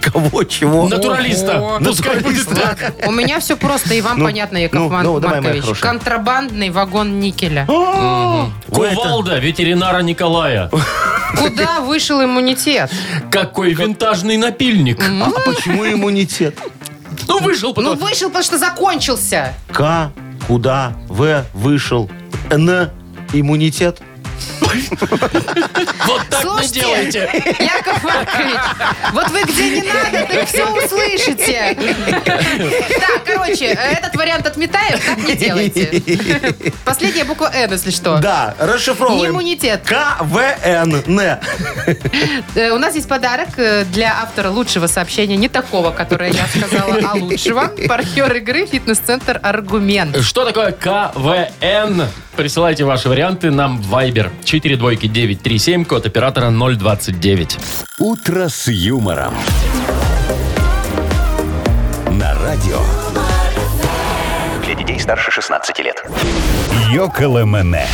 D: Кого, чего? Ну,
B: Натуралиста.
C: Ого.
B: Пускай будет так.
C: У меня все просто и вам понятно, Яков
D: ну,
C: Мар-
D: ну, давай, моя
C: Маркович.
D: хорошая.
C: Контрабандный вагон никеля.
D: Ой, это-
B: Кувалда ветеринара Николая.
C: Куда вышел иммунитет?
B: Какой винтажный напильник.
D: А почему иммунитет?
B: Ну, вышел
C: Ну,
B: потом.
C: вышел, потому что закончился.
D: К, куда, В, вышел, Н, иммунитет.
B: Вот так не
C: Слушайте,
B: делайте.
C: Яков Маркович, вот вы где не надо, так все услышите. Так, короче, этот вариант отметаем, так не делайте. Последняя буква Н, если что.
D: Да, расшифровываем.
C: Иммунитет.
D: К, В, Н, Н.
C: Э, У нас есть подарок э, для автора лучшего сообщения, не такого, которое я сказала, а лучшего. Партнер игры «Фитнес-центр Аргумент».
B: Что такое КВН? Присылайте ваши варианты нам в Viber. 4 двойки 937, код оператора 029.
A: «Утро с юмором». На радио
E: Для детей старше 16 лет.
A: «Йоколэмэне».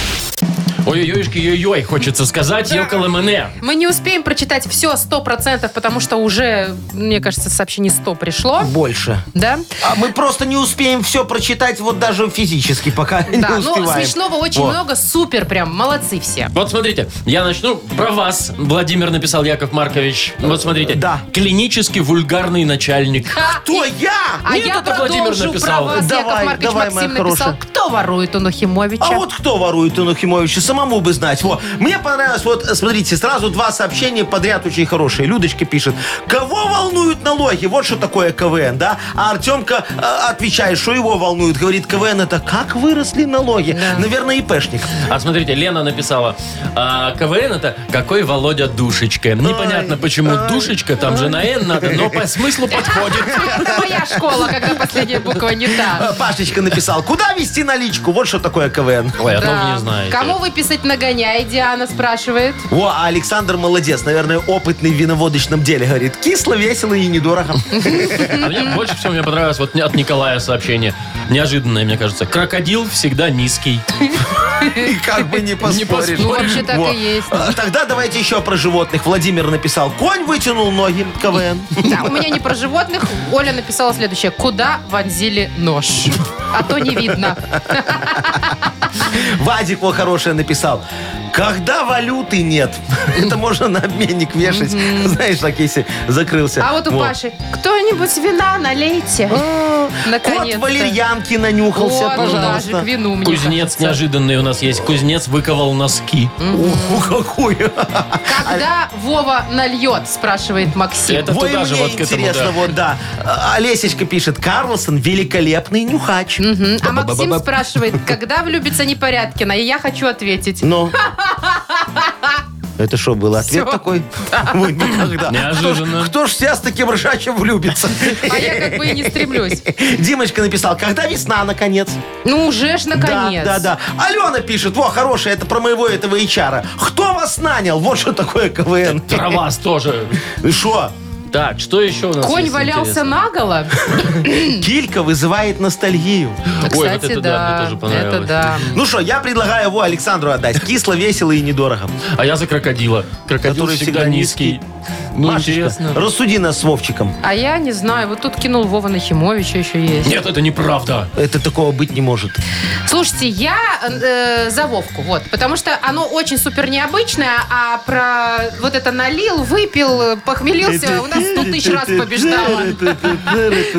B: Ой-ой-ой, ой-ой, хочется сказать, ёкало мне.
C: Мы не успеем прочитать все 100%, потому что уже, мне кажется, сообщение 100 пришло.
D: Больше.
C: Да?
D: А мы просто не успеем все прочитать, вот даже физически пока не
C: Да,
D: успеваем.
C: ну смешного очень
D: Вот.
C: много, супер прям, молодцы все.
B: Вот смотрите, я начну про вас. Владимир написал Яков Маркович. Вот смотрите.
D: Да.
B: Клинически вульгарный начальник.
D: Кто я?
C: А
B: Нет,
C: я
B: это
C: продолжу
B: Владимир написал.
C: про вас. Яков
D: Давай,
C: Маркович
D: давай,
C: Максим
D: моя
C: написал,
D: хорошая.
C: кто ворует у Нахимовича.
D: А вот кто ворует у Нахимовича, самому бы знать. Во. Мне понравилось, вот смотрите, сразу два сообщения подряд очень хорошие. Людочка пишет, кого волнуют налоги? Вот что такое КВН, да? А Артемка э, отвечает, что его волнует. Говорит, КВН это как выросли налоги? Наверное, ИПшник.
B: А смотрите, Лена написала, а, КВН это какой Володя душечка. Непонятно, почему душечка, там же на Н надо, но по смыслу подходит.
C: *laughs* Это моя школа, когда последняя буква не
D: Э,
C: та.
D: Пашечка написал, куда вести наличку? Вот что такое КВН.
B: Ой, а то вы
C: Да.
B: не знаете.
C: Кому выписать нагоняй, Диана спрашивает.
D: О, а Александр молодец, наверное, опытный в виноводочном деле. Говорит, кисло, весело и недорого.
B: А мне
C: М-м.
B: больше всего мне понравилось вот от Николая сообщение. Неожиданное, мне кажется. Крокодил всегда низкий.
D: И как бы не поспоришь.
C: Ну, вообще так
D: Во.
C: и есть.
D: А, Тогда давайте еще про животных. Владимир написал, конь вытянул ноги, КВН.
C: Да, у меня не про животных. Оля написала следующее. Куда вонзили нож? А то не видно.
D: Вадик его хорошее написал. Когда валюты нет, *laughs* это можно на обменник вешать. Знаешь, так если закрылся.
C: А вот у Паши. Кто-нибудь вина налейте.
D: Кот
C: Наконец-то.
D: валерьянки
C: О,
D: нанюхался,
C: ну даже к
D: А, пожалуйста.
C: вину мне
B: Кузнец
C: кажется.
B: неожиданный у нас есть. Кузнец выковал носки.
D: Уху, какой.
C: Когда Вова нальет, спрашивает Максим. А
B: Это
D: Ой,
B: туда же,
D: мне
B: вот к этому,
D: интересно,
B: да.
D: вот да. А, Олесечка пишет, Карлсон великолепный нюхач.
C: М, А Максим спрашивает, когда влюбится Непорядкина? И я хочу ответить.
D: Ну. Это что было? Ответ
C: Всё.
D: такой? Ой, никогда.
B: Неожиданно.
D: Кто ж- Кто ж сейчас с таким ржачем влюбится?
C: А я как бы и не стремлюсь.
D: Димочка написал, когда весна, наконец.
C: Ну, уже ж наконец.
D: Да, да, да. Алена пишет, во, хорошая, это про моего этого HR. Кто вас нанял? Вот что такое КВН.
B: Про вас тоже.
D: Что?
B: Так, что еще у нас
C: Конь
B: есть
C: валялся
B: интересного?
C: наголо?
D: Килька вызывает ностальгию.
B: Ой, вот
C: Кстати,
B: это да, мне
C: да.
B: тоже понравилось.
C: Это да.
D: Ну что, я предлагаю его Александру отдать. Кисло, весело и недорого.
B: А я за крокодила. Крокодил
D: Который
B: всегда,
D: всегда
B: низкий. Ну,
D: Машечка,
B: интересно.
D: рассуди нас с Вовчиком.
C: А я не знаю, вот тут кинул Вова Нахимовича еще есть.
B: Нет, это неправда.
D: Это такого быть не может.
C: Слушайте, я э, за Вовку, вот, потому что оно очень супер необычное, а про вот это налил, выпил, э, похмелился, у нас сто тысяч раз побеждало.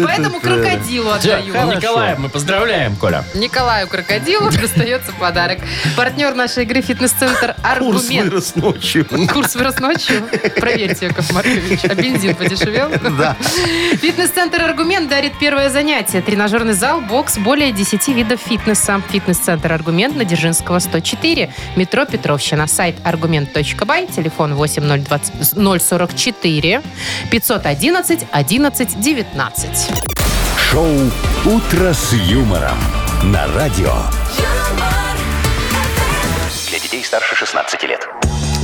C: Поэтому крокодилу
B: Всё,
C: отдаю.
B: Николая мы поздравляем, Коля.
C: Николаю Крокодилу *laughs* достается подарок. Партнер нашей игры «Фитнес-центр
D: Курс
C: Аргумент».
D: вырос ночью.
C: Курс вырос ночью? Проверьте, Яков Маркович. А бензин подешевел?
D: Да.
C: Фитнес-центр «Аргумент» дарит первое занятие. Тренажерный зал, бокс, более 10 видов фитнеса. Фитнес-центр «Аргумент» на Дзержинского, 104, метро Петровщина. Сайт аргумент.бай, телефон 8044 511 11 19.
A: Шоу «Утро с юмором» на радио.
I: юмор,
E: Для детей старше 16 лет.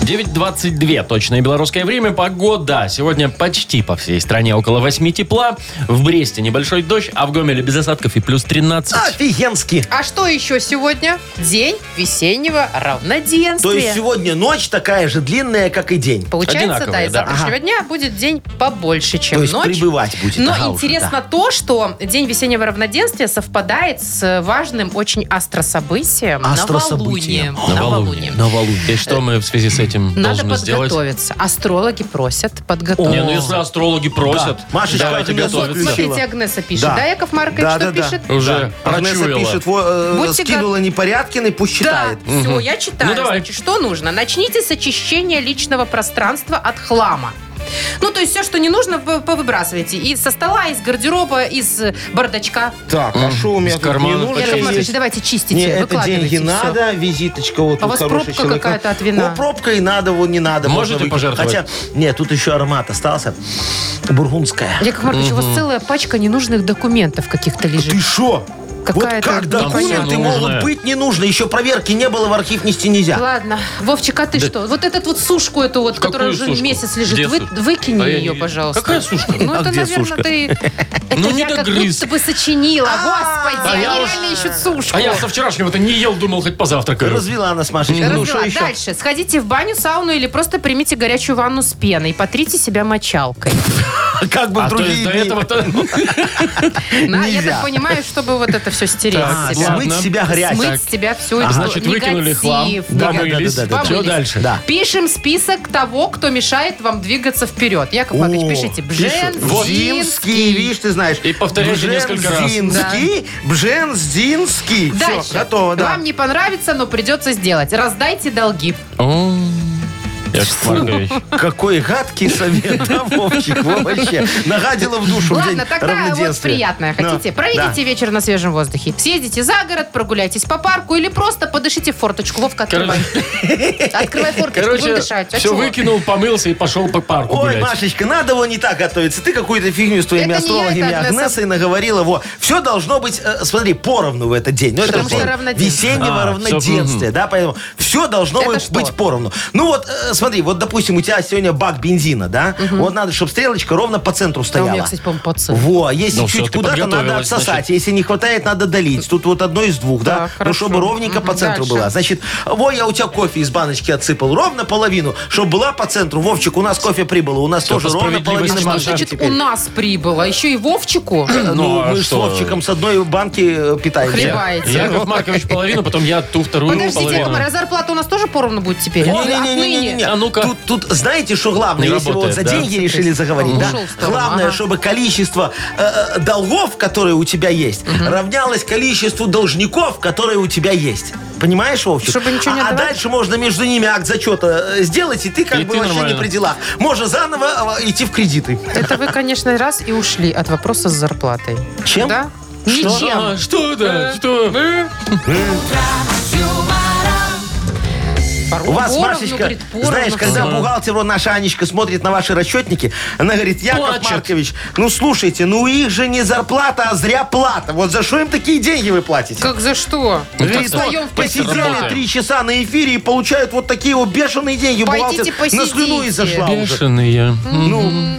B: 9.22, точное белорусское время, погода. Сегодня почти по всей стране около 8 тепла. В Бресте небольшой дождь, а в Гомеле без осадков и плюс 13.
D: Офигенски.
C: А что еще сегодня? День весеннего равноденствия.
D: То есть сегодня ночь такая же длинная, как и день.
C: Получается, да,
B: Одинаковые,
C: из
B: да.
C: завтрашнего дня будет день побольше, чем
D: То есть
C: ночь.
D: прибывать будет.
C: Но
D: ага, уже,
C: интересно то, что День весеннего равноденствия совпадает с э, важным очень астрособытием
D: Астрособытием.
C: новолунием. Новолунием.
B: И что мы в связи с этим
C: Надо
B: должны Ну, сделать?
C: подготовиться. Астрологи просят подготовиться.
B: Не, ну если астрологи просят,
D: Да. Машечка,
B: давайте
D: организуй.
B: готовиться.
D: Слушай,
C: Смотрите, Агнеса пишет. Да,
D: Да.
C: Яков Маркович,
D: Да,
C: что
D: да, да.
C: пишет?
B: Уже
D: да. Агнеса
B: прочуяла.
D: пишет, во, э,
C: Будьте
D: скинула Непорядкин и пусть
C: Да,
D: читает.
C: все, я читаю.
B: Ну, давай.
C: Значит, что нужно? Начните с очищения личного пространства от хлама. Ну, то есть все, что не нужно, вы- повыбрасывайте. И со стола, из гардероба, из э, бардачка.
D: Так, а что у меня
B: из
D: тут
B: кармана
D: не нужно?
B: почистить.
C: Яков Маркович,
D: есть?
C: давайте чистите,
D: Не, это
C: выкладывайте
D: деньги
C: всё.
D: надо, визиточка вот
C: А
D: тут
C: у вас
D: хороший
C: пробка
D: человек.
C: какая-то от вина?
D: Ну, пробка и надо, вон не надо.
B: Можете
D: можно выкинуть.
B: пожертвовать?
D: Хотя, нет, тут еще аромат остался. Бургундская.
C: Яков Маркович, у вас целая пачка ненужных документов каких-то
D: Ты
C: лежит.
D: шо?
C: Какая-то
D: вот как
C: непонятная.
D: документы
B: Там всё нужное.
D: могут быть не нужно? Еще проверки не было, в архив нести нельзя.
C: Ладно. Вовчик, а ты что? Вот этот вот сушку эту вот,
B: Какую
C: которая уже
B: сушку?
C: месяц лежит,
B: Где
C: вы-
B: сушка?
C: выкини
B: А я не
C: ее,
B: вижу.
C: пожалуйста.
B: Какая сушка?
C: Ну,
D: А
C: это,
D: где
C: наверное,
D: сушка?
C: ты... Это
B: Ну, не
C: я как
B: догрыз.
C: будто бы сочинила. Господи,
B: А я
C: они
B: уж-
C: реально ищут сушку.
B: А я со вчерашнего-то не ел, думал, хоть позавтракаю.
D: Развела нас Машечка. Ну,
C: Развела.
D: что еще?
C: Дальше. Сходите в баню, сауну или просто примите горячую ванну с пеной. Потрите себя мочалкой.
D: *laughs* Как бы в
B: А то есть
D: другие
B: до
D: дни.
B: этого-то...
C: На, Я
D: Нельзя.
C: так понимаю, чтобы вот это все стереть
D: А,
C: с себя.
D: смыть
B: Ладно.
D: с себя грязь.
C: Смыть
D: Так.
C: с тебя всю
B: А,
C: эту
B: значит, выкинули
C: негатив,
B: хлам,
C: негатив.
B: помылись.
D: да, да, да, да.
B: Все
C: Помылись.
B: дальше.
D: Да.
C: Пишем список того, кто мешает вам двигаться вперед. Яков Маркович,
D: О,
C: пишите.
D: пишут. Вот. Бженский,
C: Бженский.
D: видишь, ты знаешь.
B: И повторяйте несколько раз.
D: Бжензинский, Бжензинский.
C: Дальше.
D: Все, готово, да.
C: Вам не понравится, но придется сделать. Раздайте долги.
B: Яков Маркович.
D: Какой гадкий совет, да, Вовчик? Во, вообще, нагадила в душу в
C: Ладно,
D: день
C: тогда вот
D: равноденствия.
C: приятное
D: Ну,
C: хотите. Проведите
D: да.
C: вечер на свежем воздухе. Съездите за город, прогуляйтесь по парку или просто подышите в форточку. Вовка, открывай. Открывай форточку, будем
B: Короче,
C: дышать. А
B: все
C: чего?
B: выкинул, помылся и пошел по парку
D: Ой,
B: гулять.
D: Машечка, надо вот не так готовиться. Ты какую-то фигню с твоими
C: Это не я,
D: астрологами
C: это Агнеса.
D: Агнесой наговорила. Во. Все должно быть, э, смотри, поровну в этот день. Ну,
C: Потому
D: же
C: что
D: день
C: равноденствие.
D: Весеннего
B: А, всё,
D: равноденствия, да, поэтому все должно
C: Это
D: быть,
C: что?
D: быть поровну. Ну вот, э, смотри, вот, допустим, у тебя сегодня бак бензина, да? Вот надо, чтобы стрелочка ровно по центру
C: Да,
D: стояла.
C: у меня, кстати, по-моему, по центру.
D: Во, если
B: Ну всё,
D: чуть
B: ты
D: куда-то надо
B: подготовилась,
D: отсосать.
B: значит.
D: Если не хватает, надо долить. Тут вот одно из двух,
C: Да,
D: да?
C: хорошо.
D: ну, чтобы ровненько по
C: Мгм,
D: центру
C: дальше.
D: была. Значит, во, я у тебя кофе из баночки отсыпал. Ровно половину, чтобы была по центру. Вовчик, у нас кофе прибыло. У нас
B: Всё,
D: тоже
B: по
D: ровно
B: справедливости,
D: половина
B: Маша.
C: Что
D: баночки
C: значит
D: теперь.
C: у нас прибыло? Еще и Вовчику?
B: Ну,
D: Ну,
B: а
D: мы ж с
B: что?
D: Вовчиком с одной банки э, питаемся.
C: Хлебаете. *laughs*
B: Яков Маркович половину, потом я ту вторую
C: Подождите, Яков
B: половину.
C: Маркович, а зарплата у нас тоже поровну будет теперь?
D: Не-не-не-не-не-не.
B: А ну-ка.
D: Тут, тут знаете, что главное,
B: Не
D: если вы
B: работает,
D: вот за
B: да?
D: деньги решили заговорить, да?
C: Ушел в сторону,
D: Главное,
C: ага.
D: чтобы количество э, э, долгов, которые у тебя есть, равнялось количеству должников, которые у тебя есть. Понимаешь, Вовчик?
C: Чтобы ничего не
D: а, а
C: отдавать?
D: дальше можно между ними акт зачета э, сделать, и ты как
B: И
D: бы
B: ты
D: вообще
B: нормально.
D: не при делах. Можно заново э, идти в кредиты.
C: Это вы, конечно, раз и ушли от вопроса с зарплатой.
D: Чем?
C: Да?
B: Что?
C: Ничем.
B: А, Что
C: Э,
B: это? Что?
D: У вас,
C: Поровну,
D: Машечка,
C: говорит, поровну
D: знаешь, когда
B: Ага.
D: бухгалтер, вон наша Анечка смотрит на ваши расчетники, она говорит, Яков
B: Плачет.
D: Маркович, ну слушайте, ну их же не зарплата, а зря плата. Вот за что им такие деньги вы платите?
C: Как за что?
B: Ну,
D: Говорит,
B: так-то-
D: «Вот
C: вдвоем в
B: так-то
D: посидели
B: работаем.
D: три часа на эфире и получают вот такие вот бешеные деньги.
C: Пойдите
D: Бухгалтер на слюну
C: посидите.
D: и зашла
B: А
D: уже.
B: Бешеные.
D: Ну,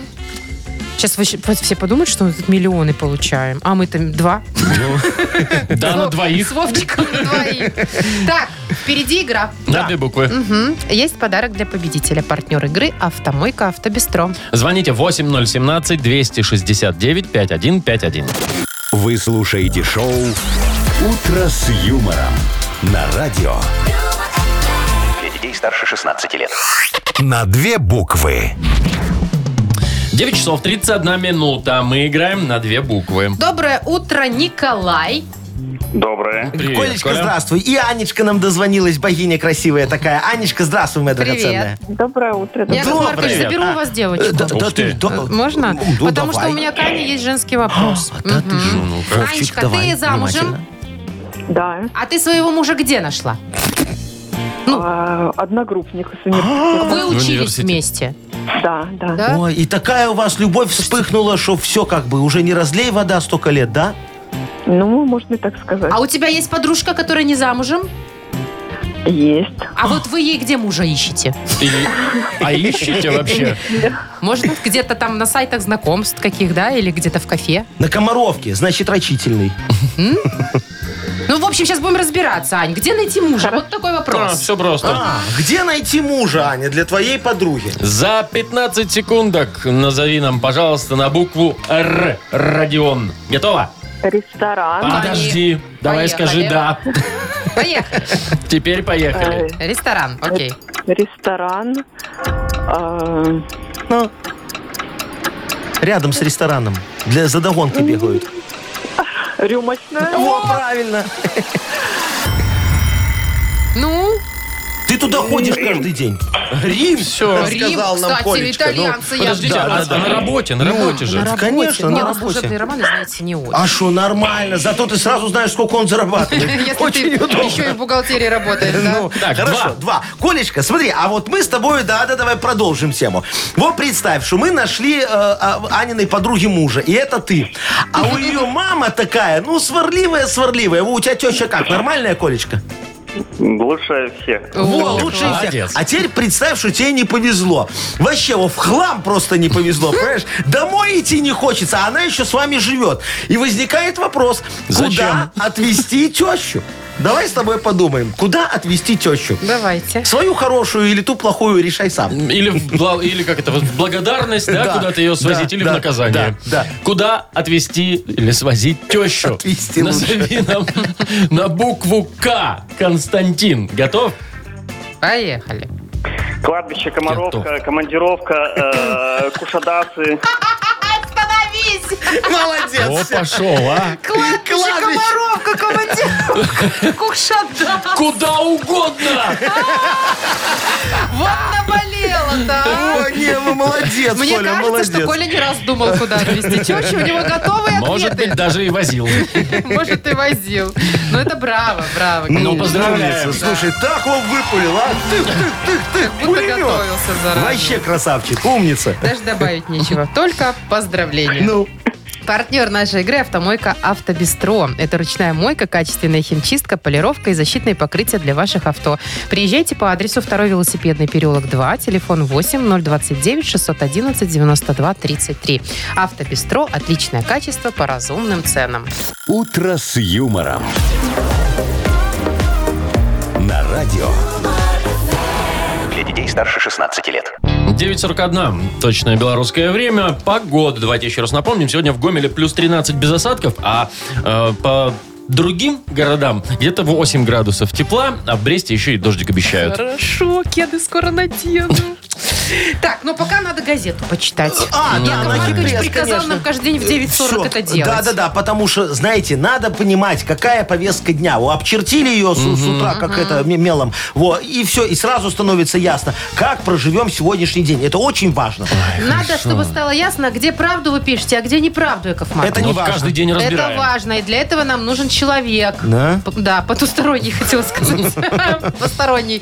C: Сейчас вы щ- вот все подумают, что мы тут миллионы получаем, а мы там два.
B: Да, на
C: Ну, *laughs* С
B: двоих.
C: Вовчиком на двоих. Так, впереди игра.
B: На две буквы.
C: Мгм. Есть подарок для победителя. Партнер игры «Автомойка Автобестро».
B: Звоните 8017-269-5151.
A: Вы слушаете шоу «Утро с юмором» на радио.
E: Для детей старше 16 лет.
A: На две буквы.
B: 9 часов 31 минута. Мы играем на две буквы.
C: Доброе утро, Николай.
G: Доброе.
B: Привет,
D: Колечка,
B: Коля.
D: здравствуй. И Анечка нам дозвонилась, богиня красивая такая. Анечка, здравствуй, моя
C: Привет.
D: драгоценная.
F: Доброе утро.
C: Я
D: Доброе.
C: Маркович, заберу у вас
D: Э,
C: девочку.
D: да- да
B: Ух ты.
D: ты, да.
C: Можно?
D: Ну,
C: Потому что
D: давай.
C: у меня к Ане есть женский
D: *gasps*
C: вопрос.
D: Да ты же, ну, Вовчик,
C: Анечка,
D: давай,
C: ты замужем?
D: внимательно.
F: Да.
C: А ты своего мужа где нашла?
F: А, одногруппник с университета.
C: Вы учились
B: университете.
C: вместе,
F: Да, да.
C: да?
D: Ой, и такая у вас любовь вспыхнула, что все как бы, уже не разлей вода столько лет, да?
F: Ну, можно и так сказать.
C: А у тебя есть подружка, которая не замужем?
F: Есть.
C: А вот вы ей где мужа ищете?
B: Или- А ищете
C: *laughs*
B: вообще?
C: Может, быть, где-то там на сайтах знакомств каких, да? Или где-то в кафе?
D: На Комаровке, значит, рачительный.
C: Ну, в общем, сейчас будем разбираться, Ань. Где найти мужа? Вот такой
B: А,
C: вопрос.
B: все просто.
D: А, где найти мужа, Аня, для твоей подруги?
B: За 15 секундок назови нам, пожалуйста, на букву Р. Родион. Готово?
F: Ресторан.
B: Подожди. Давай
C: Поехали.
B: скажи «да».
C: Поехали.
B: Теперь поехали.
F: Э,
C: Ресторан, окей.
F: Ресторан. а,
D: Ну, рядом с рестораном. Для задогонки бегают.
F: Рюмочная.
D: Во, правильно.
C: Ну,
D: Ты туда ходишь каждый день. Рим,
B: Все.
C: Рим,
D: сказал нам
C: кстати,
D: Колечка, ну,
C: итальянцы. я
B: Подождите,
C: бы
B: а
C: сказала.
B: на- на работе, на работе же.
C: работе.
D: Конечно,
C: Не,
D: на
C: ну,
D: работе.
C: служебные романы, знаете, не очень.
D: А что, нормально. Зато ты сразу знаешь, сколько он зарабатывает.
C: *laughs* Если ты
D: Очень удобно.
C: еще и в бухгалтерии работаешь, да?
D: Ну,
B: Так,
D: хорошо, два. Колечка, смотри, а вот мы с тобой, да, да, давай продолжим тему. Вот представь, что мы нашли э, а- Аниной подруги мужа, и это ты. А
B: *laughs*
D: у ее мама такая, ну, сварливая, сварливая. Во, У тебя теща как, нормальная, Колечка?
G: Лучше всех.
D: Во,
C: О,
D: лучше
B: молодец.
D: всех. А теперь представь, что тебе не повезло. Вообще, во, в хлам просто
B: *laughs*
D: не повезло, понимаешь? Домой идти не хочется, а она еще с вами живет. И возникает вопрос,
B: Зачем?
D: куда отвезти тещу? Давай с тобой подумаем, куда отвезти тещу?
C: Давайте.
D: Свою хорошую или ту плохую решай сам.
B: Или, в бла- или как это, в благодарность, да,
D: Да,
B: куда-то ее свозить,
D: да,
B: или в
D: да,
B: наказание.
D: да, да.
B: Куда отвезти или свозить тещу?
D: Отвезти
B: Назови нам на букву К. Константин. Готов?
C: Поехали.
G: Кладбище, Комаровка,
B: Готов.
G: командировка, э, Кушадасы.
C: Остановись!
D: Молодец.
B: О, пошел, а.
C: Кладбище,
D: Кладбище.
C: комаровка, командировка, кушада.
B: Куда угодно!
C: Вот наболело-то, а.
D: О, не, ну, молодец,
C: Мне
D: Коля,
C: кажется,
D: молодец.
C: что Коля не раз думал, куда отвезти тещу. У него готовые
B: Может быть,
C: ответы.
B: даже и возил.
C: Может, и возил. Но это браво, браво.
B: Ну,
C: конечно.
B: поздравляем.
D: Умница. Слушай, так он выпулил, а? Тых, тых, тых, тых,
C: Будто
D: пулемет.
C: готовился заранее.
D: Вообще красавчик, умница.
C: Даже добавить нечего. Только поздравления.
D: Ну,
C: Партнер нашей игры – автомойка «Автобестро». Это ручная мойка, качественная химчистка, полировка и защитные покрытия для ваших авто. Приезжайте по адресу 2 велосипедный переулок 2, телефон 8 029 611 92 33. «Автобестро» – отличное качество по разумным ценам.
A: «Утро с юмором». На радио.
E: Для детей старше 16 лет.
B: 9.41. Точное белорусское время. Погода. Давайте еще раз напомним. Сегодня в Гомеле плюс 13 без осадков, а э, по другим городам где-то 8 градусов тепла, а в Бресте еще и дождик обещают.
C: Хорошо, кеды скоро надену. Так, ну пока надо газету почитать.
D: А, да,
C: Яков
D: она
C: Маркович
D: хитрец,
C: приказал
D: конечно.
C: нам каждый день в 9.40 это делать.
D: Да-да-да, потому что, знаете, надо понимать, какая повестка дня. О, обчертили ее с, с утра, как это, м- мелом. Во, и все, и сразу становится ясно, как проживем сегодняшний день. Это очень важно.
C: Надо, чтобы стало ясно, где правду вы пишете, а где неправду, Яков Маркович.
D: Это
B: Ну,
D: не важно.
B: каждый день разбираем.
C: Это важно, и для этого нам нужен человек.
D: Да?
C: П- Да, потусторонний, *laughs* хотела
D: *laughs*
C: сказать. Посторонний.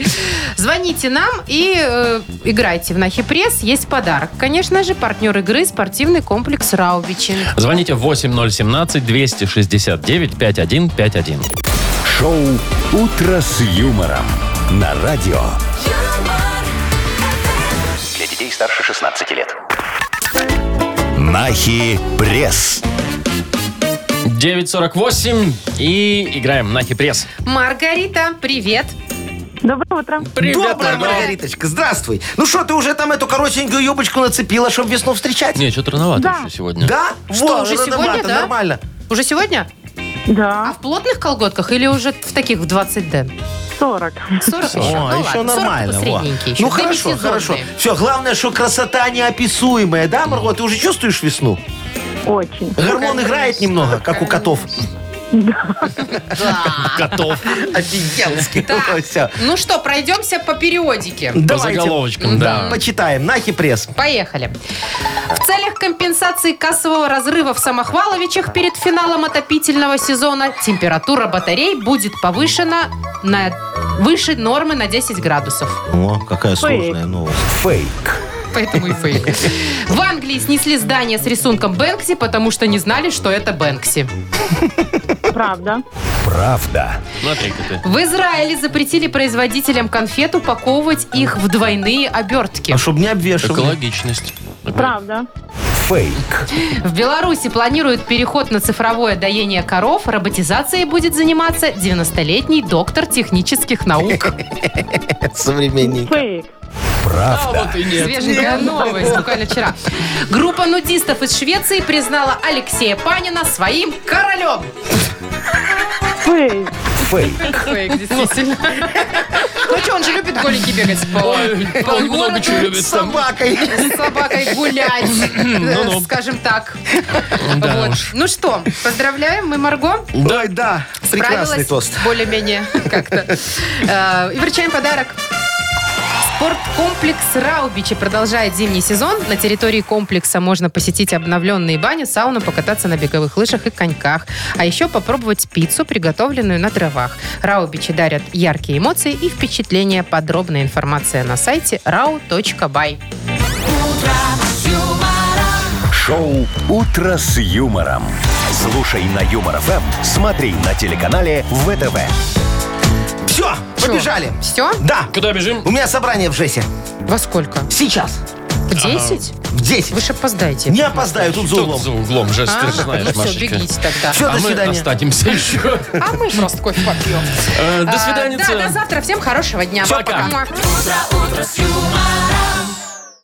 C: Звоните нам и э, играйте в Нахи Пресс. Есть подарок. Конечно же, партнер игры спортивный комплекс Раубичи.
B: Звоните 8017-269-5151.
A: Шоу «Утро с юмором». На радио.
I: юмор,
E: Для детей старше 16 лет.
A: Нахи пресс.
B: 9.48 и играем на хипресс.
C: Маргарита, привет.
F: Доброе утро.
D: Добрая Маргариточка, здравствуй. Ну что, ты уже там эту коротенькую юбочку нацепила, чтобы весну встречать?
B: Не, что-то рановато еще сегодня.
D: Да?
C: Что,
D: Во,
C: уже
D: рановато,
C: сегодня, да?
D: Нормально.
C: Уже сегодня? А
F: Да,
C: в плотных колготках или уже в таких в 20 д
F: 40.
C: 40 еще.
D: О,
C: Ну
D: еще
C: ладно, 40
D: нормально. во.
C: посредненькие еще.
D: Ну хорошо,
C: Демисезонные.
D: хорошо. Все, главное, что красота неописуемая, да, Марго? Ты уже чувствуешь весну?
C: Ну,
F: Очень.
C: *laughs*
D: Гормон играет немного, как у котов.
B: Котов.
D: *laughs* Офигенски.
C: Так,
D: Все.
C: ну что, пройдемся по периодике.
B: По заголовочкам, да.
D: Почитаем. Нахи пресс.
C: Поехали. В целях компенсации кассового разрыва в Самохваловичах перед финалом отопительного сезона температура батарей будет повышена на выше нормы на 10 градусов.
D: О, какая сложная новость.
A: Фейк.
C: Поэтому и фейк. В Англии снесли здание с рисунком Бэнкси, потому что не знали, что это Бэнкси.
F: Правда.
A: Правда.
B: Смотри-ка ты.
C: В Израиле запретили производителям конфет упаковывать их в двойные обертки.
D: А чтоб не обвешивали.
B: Экологичность.
F: Правда.
A: Фейк.
C: В Беларуси планируют переход на цифровое доение коров. Роботизацией будет заниматься 90-летний доктор
B: *laughs*
C: технических наук.
D: Современники.
F: Фейк.
A: Правда.
B: Вот и нет.
C: Свеженькая новость, буквально вчера. Группа нудистов из Швеции признала Алексея Панина своим королем.
F: Фейк.
A: Фейк.
C: Фейк, действительно. *laughs* Ну что, он же любит голенький бегать по
B: Ой,
C: по
B: он много
C: городу.
B: чего любит
D: С
B: там.
D: собакой.
C: с собакой
B: *clears throat*
C: гулять, э,
B: Ну-ну.
C: скажем так.
B: Да
C: Вот.
B: уж.
C: Ну что, поздравляем, мы Марго.
D: Ой, да. Прекрасный
C: Справилась
D: тост.
C: Более-менее *laughs* как-то. Э, И вручаем подарок. Спорткомплекс Раубичи продолжает зимний сезон. На территории комплекса можно посетить обновленные бани, сауну, покататься на беговых лыжах и коньках. А еще попробовать пиццу, приготовленную на дровах. Раубичи дарят яркие эмоции и впечатления. Подробная информация на сайте rau.by.
A: Шоу «Утро с юмором». Слушай на Юмор ФМ, смотри на телеканале ВТВ.
D: Все, побежали.
C: Все?
D: Да.
B: Куда бежим?
D: У меня собрание в ЖЭСе.
C: Во сколько?
D: Сейчас.
C: В 10?
D: В 10.
C: Вы же опоздаете.
D: Не опоздаю, тут за
B: Тут
D: углом.
B: за углом, же,
C: А,
B: ты же знаешь,
C: ну все,
B: Машечка.
C: бегите тогда.
D: Все,
B: А
D: до
B: мы
D: свидания.
B: останемся еще.
C: А мы просто кофе попьем.
B: Э, До
C: А, Да, до
B: свидания.
C: завтра. Всем хорошего дня.
B: Пока.
C: Муа.
I: утро с юмором